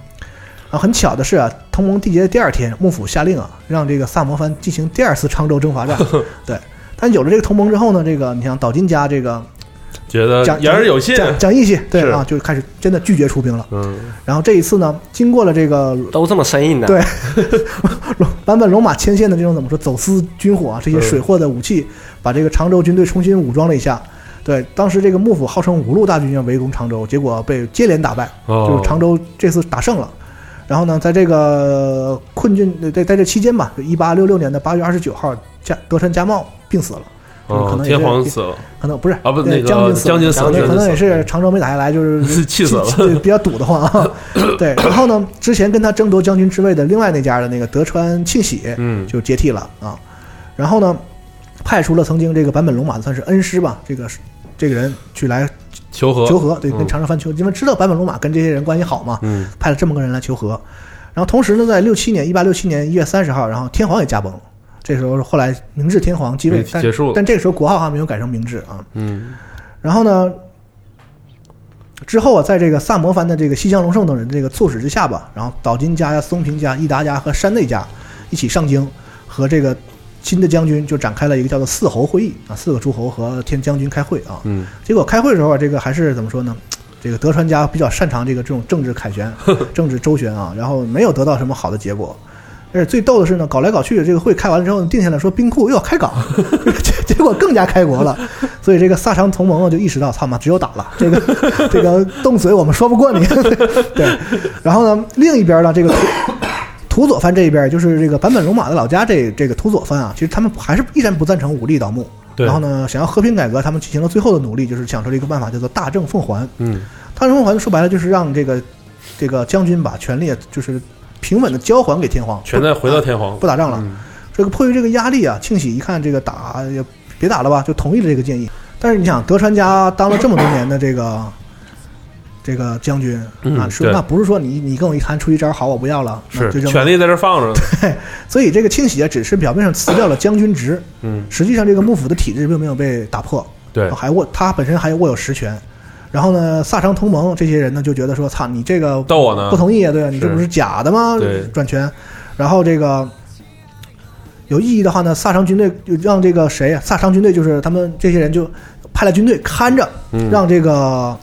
啊，很巧的是啊，同盟缔结的第二天，幕府下令啊，让这个萨摩藩进行第二次昌州征伐战。对，但有了这个同盟之后呢，这个你像岛津家这个
觉得
讲
言而有信，
讲讲义气，对
是
啊，就开始真的拒绝出兵了。
嗯，
然后这一次呢，经过了这个
都这么生硬的，
对龙版本龙马牵线的这种怎么说走私军火啊，这些水货的武器，把这个常州军队重新武装了一下。对，当时这个幕府号称五路大军要围攻常州，结果被接连打败，
哦，
就是常州这次打胜了。然后呢，在这个困境呃在在这期间吧，一八六六年的八月二十九号，加德川家茂病死了，就是可
哦，
能也
天
是
皇死了，
可能不是
啊不
呃
那个
将军死
将军死
了
对可
将军
能
死
也
了
是常州没打下来，就是
气死了
气比较堵得慌 啊。对，然后呢，之前跟他争夺将军之位的另外那家的那个德川庆喜，
嗯，
就接替了啊。然后呢，派出了曾经这个坂本龙马算是恩师吧，这个这个人去来
求和，
求和，对，跟
嗯
长城藩求，因为知道坂本龙马跟这些人关系好嘛，
嗯，
派了这么个人来求和。然后同时呢，在六七年，一八六七年一月三十号，然后天皇也驾崩了。这时候后来明治天皇继位
嗯，
但
结束了
但这个时候国号还没有改成明治啊。
嗯，
然后呢，之后啊，在这个萨摩藩的这个西乡隆盛等人的这个促使之下吧，然后岛津家呀、松平家、伊达家和山内家一起上京，和这个新的将军就展开了一个叫做四侯会议啊，四个诸侯和天将军开会啊。
嗯，
结果开会的时候啊，这个还是怎么说呢？这个德川家比较擅长这个这种政治凯旋、政治周旋啊，然后没有得到什么好的结果。而且最逗的是呢，搞来搞去，这个会开完了之后定下来说兵库又要开港，结结果更加开国了。所以这个萨长同盟啊就意识到，操妈只有打了，这个这个动嘴我们说不过你。对，然后呢，另一边呢，这个土佐藩这一边，就是这个坂本龙马的老家这这个土佐藩啊，其实他们还是依然不赞成武力倒幕。
对
然后呢，想要和平改革，他们进行了最后的努力，就是想出了一个办法，叫做大政奉还。
嗯，
大政奉还说白了就是让这个这个将军把权力就是平稳的交还给天皇，
全再回到天皇，
不打仗了。
嗯
这个迫于这个压力啊，庆喜一看这个打也别打了吧，就同意了这个建议。但是你想，德川家当了这么多年的这个这个将军
嗯
啊，说
对
那不是说你你跟我一谈出一招好，我不要了，那
是
就扔了
权力在这放着呢，
所以这个庆喜啊，只是表面上辞掉了将军职，
嗯，
实际上这个幕府的体制并没有被打破，
对，
还握他本身还握有实权。然后呢，萨长同盟这些人呢就觉得说，操，你这个
到我呢
不同意啊，对啊，你这
是
不是假的吗
对？
转权，然后这个有异议的话呢，萨长军队就让这个谁啊，萨长军队就是他们这些人就派了军队看着，
嗯
让这个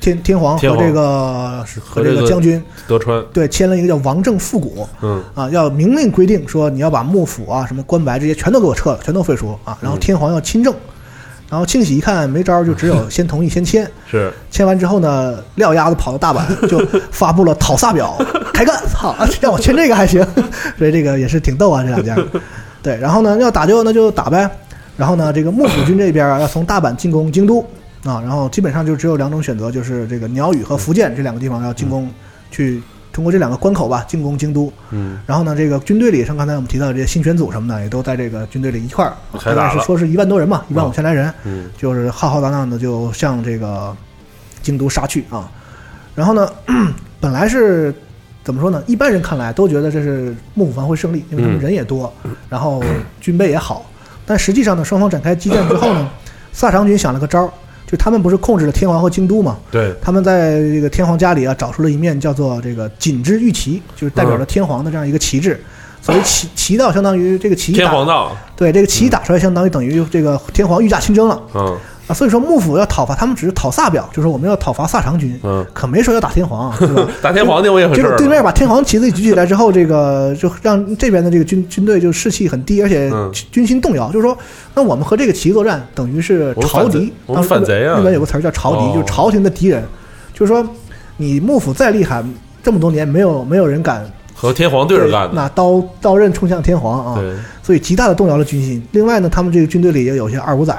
天天皇
天
和
皇
这个
和
和这
这
个
个
将军
德川，
对签了一个叫王政复古，
嗯，
啊，要明令规定说你要把幕府啊、什么官白这些全都给我撤了，全都废除啊。然后天皇要亲政，然后庆喜一看没招儿，就只有先同意先签。
是
签完之后呢，撂丫子跑到大阪，就发布了讨萨表，开干，操， 让我签这个还行，所以这个也是挺逗啊，这两家。对，然后呢，要打就那就打呗。然后呢，这个幕府军这边啊，要从大阪进攻京都啊，然后基本上就只有两种选择，就是这个鸟羽和福建这两个地方要进攻，去通过这两个关口吧进攻京都。
嗯，
然后呢，这个军队里，像刚才我们提到的这些新选组什么的，也都在这个军队里一块儿，
开
大
打
概
了
是说是一万多人嘛，一万五千来人，
嗯
就是浩浩荡荡的就向这个京都杀去啊。然后呢， 本来是怎么说呢？一般人看来都觉得这是幕府方会胜利，因为他们
嗯
人也多，然后军备也好。但实际上呢，双方展开激战之后呢，萨长军想了个招儿，就他们不是控制了天皇和京都嘛，
对，
他们在这个天皇家里啊，找出了一面叫做这个锦织玉旗，就是代表着天皇的这样一个旗帜。所以旗旗道相当于这个旗
天皇
打
道，
对这个旗打出来，相当于等于这个天皇御驾亲征了
嗯
啊。所以说幕府要讨伐他们，只是讨萨表，就是我们要讨伐萨长军，
嗯，
可没说要打天皇，啊，对吧？
大天皇那我也很
结
事
果
儿
对面
了，
把天皇旗子一举起来之后，这个就让这边的这个军军队就士气很低，而且
嗯
军心动摇。就是说，那我们和这个旗作战，等于是
我们
朝
反
敌
贼。我们
当时
反贼啊
日本有个词儿叫朝敌，
哦
就是朝廷的敌人。就是说，你幕府再厉害，这么多年没有没有人敢
和天皇对着干的，
拿刀刀刃冲向天皇啊，
对，
所以极大的动摇了军心。另外呢，他们这个军队里也有一些二五仔。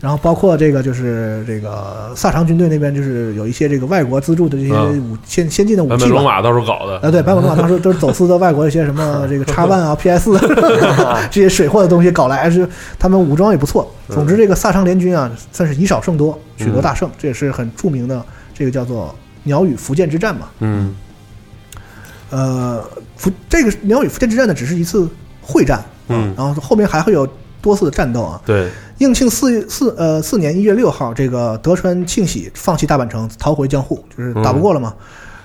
然后包括这个就是这个萨长军队那边就是有一些这个外国资助的这些
嗯
武先先进的武
白
器
门
吧
龙，马到时候搞的，
啊，对，白骨龙马当时都是走私的外国一些什么这个叉 One 啊、PS 这些水货的东西搞来，还是他们武装也不错。总之，这个萨长联军啊，算是以少胜多，取得大胜，这也是很著名的这个叫做鸟羽福建之战嘛。
嗯，
呃，福这个鸟羽福建之战呢，只是一次会战，啊
嗯
然后后面还会有多次的战斗啊。
对，
应庆四月四呃四年一月六号，这个德川庆喜放弃大阪城，逃回江户，就是打不过了嘛。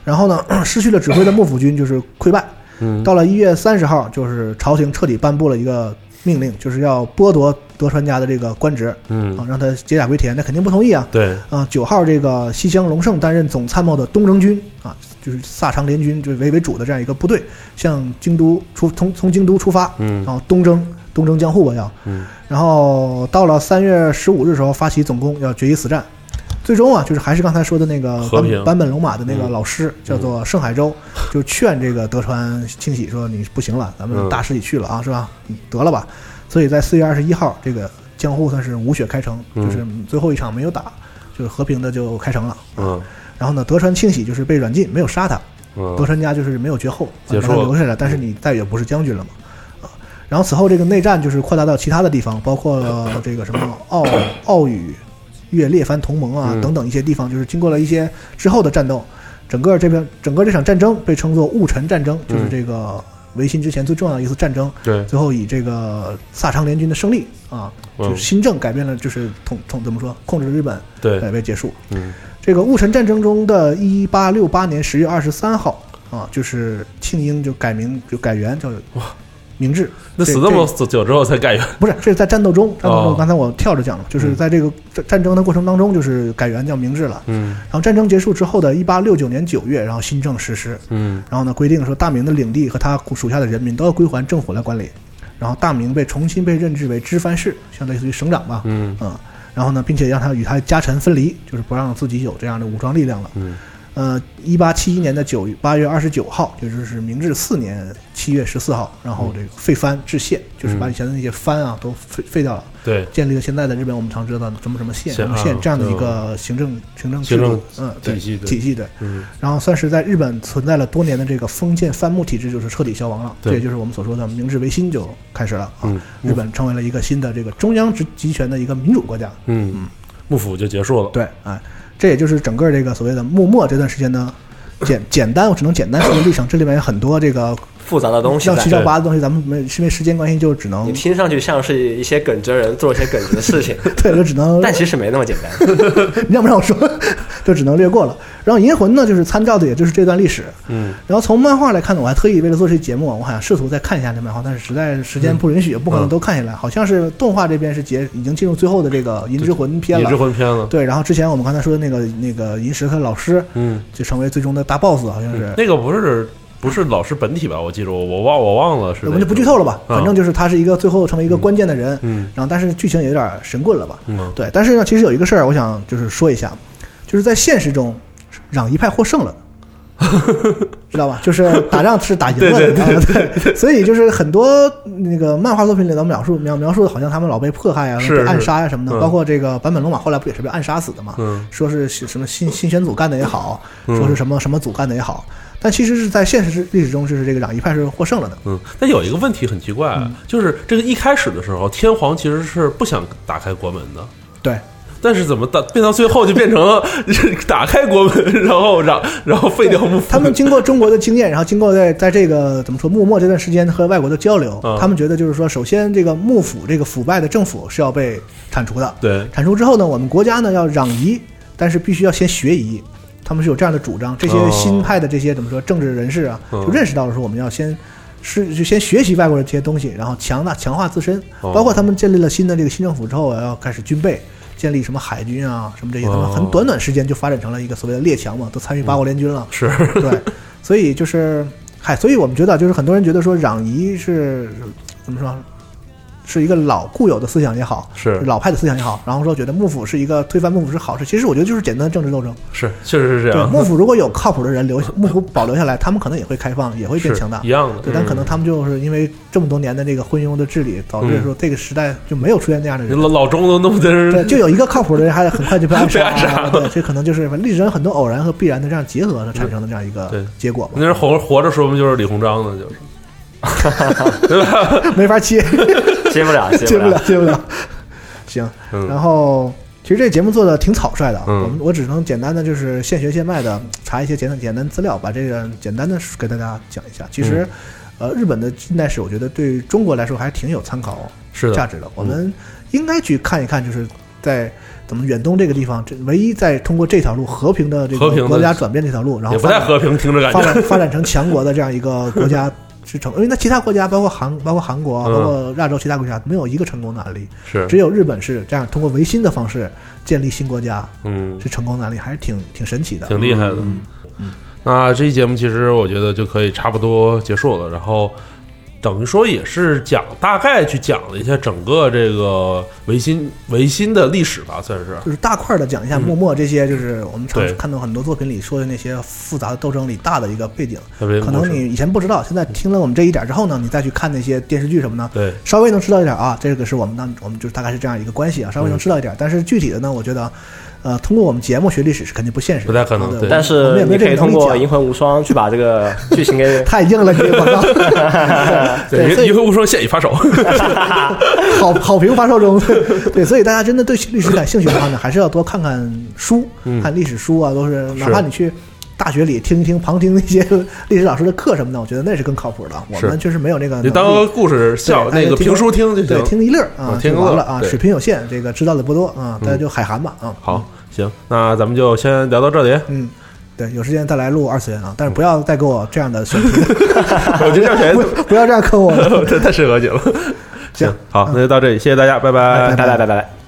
然后呢， 失去了指挥的幕府军就是溃败。
嗯，
到了一月三十号，就是朝廷彻底颁布了一个命令，就是要剥夺德川家的这个官职啊
嗯，，
让他解甲归田。那肯定不同意啊！
对，
啊，九号这个西乡隆盛担任总参谋的东征军啊，就是萨长联军就是为为主的这样一个部队，向京都出从从京都出发，
嗯
然后东征东征江户吧要，
嗯，
然后到了三月十五日的时候发起总攻，要决一死战。最终啊，就是还是刚才说的那个
和平嗯
坂坂本龙马的那个老师，叫做盛 海洲，就劝这个德川庆喜说：“你不行了，咱们
嗯
大势已去了啊，是吧？你得了吧。”所以在四月二十一号，这个江户算是无血开城，
嗯
就是最后一场没有打，就是和平的就开城了。
嗯
然后呢，德川庆喜就是被软禁，没有杀他，德
嗯，
川家就是没有绝后，把
结
他
束了
留下来，但是你再也不是将军了嘛。啊，然后此后这个内战就是扩大到其他的地方，包括 呃这个什么奥奥语越列藩同盟啊
嗯
等等一些地方，就是经过了一些之后的战斗，整个这边整个这场战争被称作戊辰战争，就是
嗯
这个维新之前最重要的一次战争。
对，
最后以这个萨长联军的胜利啊，
嗯
就是新政改变了，就是统统怎么说控制了日本，改
对，
为结束。
嗯，
这个戊辰战争中的1868年10月23号啊，就是庆应就改名就改元叫明治。
那
这
死那么久之后才改元，
这不是这是在战斗中，战斗中
哦
刚才我跳着讲了，就是在这个战战争的过程当中，就是改元叫明治了。
嗯
然后战争结束之后的1869年9月，然后新政实施，
嗯，
然后呢规定说大明的领地和他属下的人民都要归还政府来管理。然后大明被重新被任制为知藩士，相类似于省长吧，
嗯
嗯，然后呢，并且让他与他家臣分离，就是不让自己有这样的武装力量了。
嗯，
呃，一八七一年的九八月二十九号，也就是明治四年七月十四号，然后这个废藩置县，
嗯
就是把以前的那些藩啊都废废掉了，
对，
建立了现在的日本我们常知道的什么什么县、
嗯县
什么
啊
县这样的一
对
个行政行政
行
制度，嗯
政，
对
体系对
体系对。
嗯
然后算是在日本存在了多年的这个封建藩牧体制，就是彻底消亡了。
对
这也就是我们所说的明治维新就开始了啊。
嗯
日本成为了一个新的这个中央集集权的一个民主国家。
嗯，幕府就结束了，
嗯对，哎，这也就是整个这个所谓的幕末这段时间的简简单，我只能简单说的历程。这里面有很多这个
复杂的东西
要
在
七。要八的东西，咱们没是因为时间关系，就只能
你听上去像是一些耿直的人做一些耿直的事情，
对，就只能
但其实没那么简单。
你让不让我说， 就只能略过了。然后《银魂》呢，就是参照的也就是这段历史。
嗯，
然后从漫画来看呢，我还特意为了做这节目啊，我好像试图再看一下这漫画，但是实在时间不允许，不可能都看下来。好像是动画这边是结已经进入最后的这个《银之魂》篇
你
了
之。魂篇了，
对，然后之前我们刚才说的那个那个银石他老师
嗯，
就成为最终的大 boss，好像是。
那个不是不是老师本体吧？我记住，我忘我忘了是哪个。
我们就不剧透了吧，
嗯
反正就是他是一个最后成为一个关键的人，
嗯
然后但是剧情也有点神棍了吧？
嗯
对，但是呢，其实有一个事儿，我想就是说一下，就是在现实中，攘夷派获胜了。 知道吧？就是打仗是打赢了，
对对
对对所以就是很多那个漫画作品里头描述描描述的，好像他们老被迫害啊、
是
被暗杀呀、什么的。
是嗯
包括这个坂本龙马后来不也是被暗杀死的嘛？
嗯
说是什么新新选组干的也好，
嗯
说是什么什么组干的也好，但其实是在现实历史中，就是这个攘夷派是获胜了的。
嗯。但有一个问题很奇怪，啊
嗯
就是这个一开始的时候，天皇其实是不想打开国门的。
对，
但是怎么到变到最后就变成了 打开国门，然后让然后废掉幕府？
他们经过中国的经验，然后经过在在这个怎么说幕末这段时间和外国的交流，
嗯
他们觉得就是说，首先这个幕府这个腐败的政府是要被铲除的，
对
铲除之后呢，我们国家呢要攘夷，但是必须要先学夷。他们是有这样的主张，这些
哦
新派的这些怎么说政治人士啊，
嗯
就认识到了说我们要先是就先学习外国的这些东西，然后强大强化自身，
哦
包括他们建立了新的这个新政府之后，我要开始军备，建立什么海军啊什么这些，他们很
哦
短短时间就发展成了一个所谓的列强嘛，都参与八国联军了。
是
对，所以就是，嗨，所以我们觉得就是很多人觉得说攘夷是怎么说，是一个老固有的思想也好，
是
老派的思想也好，然后说觉得幕府是一个推翻幕府是好事，其实我觉得就是简单的政治斗争。
是，确实是这
对，
样，
幕府如果有靠谱的人留，幕府保留下来，他们可能也会开放，也会变
是
强大
一。样的嗯
对，。但可能他们就是因为这么多年的这个昏庸的治理，导致说这个时代就没有出现那样的人。
嗯老老钟都弄得
对，就有一个靠谱的人，还很快就被暗 杀
被暗杀了
对，这可能就是历史上很多偶然和必然的这样结合的产生的这样一
对
个结果吧。
那人活活着说明就是李鸿章呢， 就是。对吧？
没 法切，
接不了，
接
接
不了，。接不了。行，
嗯
然后其实这节目做的挺草率的啊，
嗯
我们我只能简单的就是现学现卖的查一些简单简单资料，把这个简单的给大家讲一下。其
嗯
实，呃，日本的近代史，我觉得对于中国来说还挺有参考
是
价
的，嗯
值的，我们应该去看一看，就是在。怎么远东这个地方，这唯一在通过这条路和平的这
和平
个
的
国家转变这条路，然后
也不
发
太
展
和平，听着感
发
觉。
展发展成强国的这样一个 国家是成，因为那其他国家包括韩包括韩国
嗯
包括亚洲其他国家没有一个成功的案例，
是，
只有日本是这样通过维新的方式建立新国家
嗯，
是成功的案例，还是挺挺神奇的。
挺厉害的。
嗯
嗯那这期节目其实我觉得就可以差不多结束了，然后等于说也是讲大概去讲了一下整个这个维新维新的历史吧，算是。
就是大块的讲一下幕末这些，就是我们常
嗯对
看到很多作品里说的那些复杂的斗争里大的一个背景，
特别
可
模
能
式
你以前不知道，现在听了我们这一点之后呢，你再去看那些电视剧什么呢，
对
稍微能知道一点啊，这个是我们当我们就是大概是这样一个关系啊，稍
嗯
微能知道一点，但是具体的呢，我觉得，呃，通过我们节目学历史是肯定不现实的，
不太可能
对
对
但
我们
是
也没
你
这
可以
个能啊
通
力
过《
讲
银魂无双》去把这个剧情给
太硬了，你这个广告，对所以
一回无双现已 发售，
好好评发售 中，对，所以大家真的对历史感兴趣的话呢，还是要多看看书，
嗯
看历史书啊，都是哪怕你去大学里听一听旁听那些历史老师的课什么的，我觉得那是更靠谱的。我
是
们确实没有那个能力，
你当个故事笑
对哎
那个
大家听
评书听就
对
行。
听一乐儿啊
啊，听
就
个
完
乐
了啊，
对嗯
水平有限，这个知道的不多啊，大家就海涵吧啊。
好，行，那咱们就先聊到这 里。
嗯，对，有时间再来录二次元啊，
嗯
但是不要再给我这样的选题，
我觉得这 样选
不不要这样坑我了。
太太适合你了。
行，
好，那就到这里，谢谢大家，拜
拜
嗯拜
拜拜拜拜拜。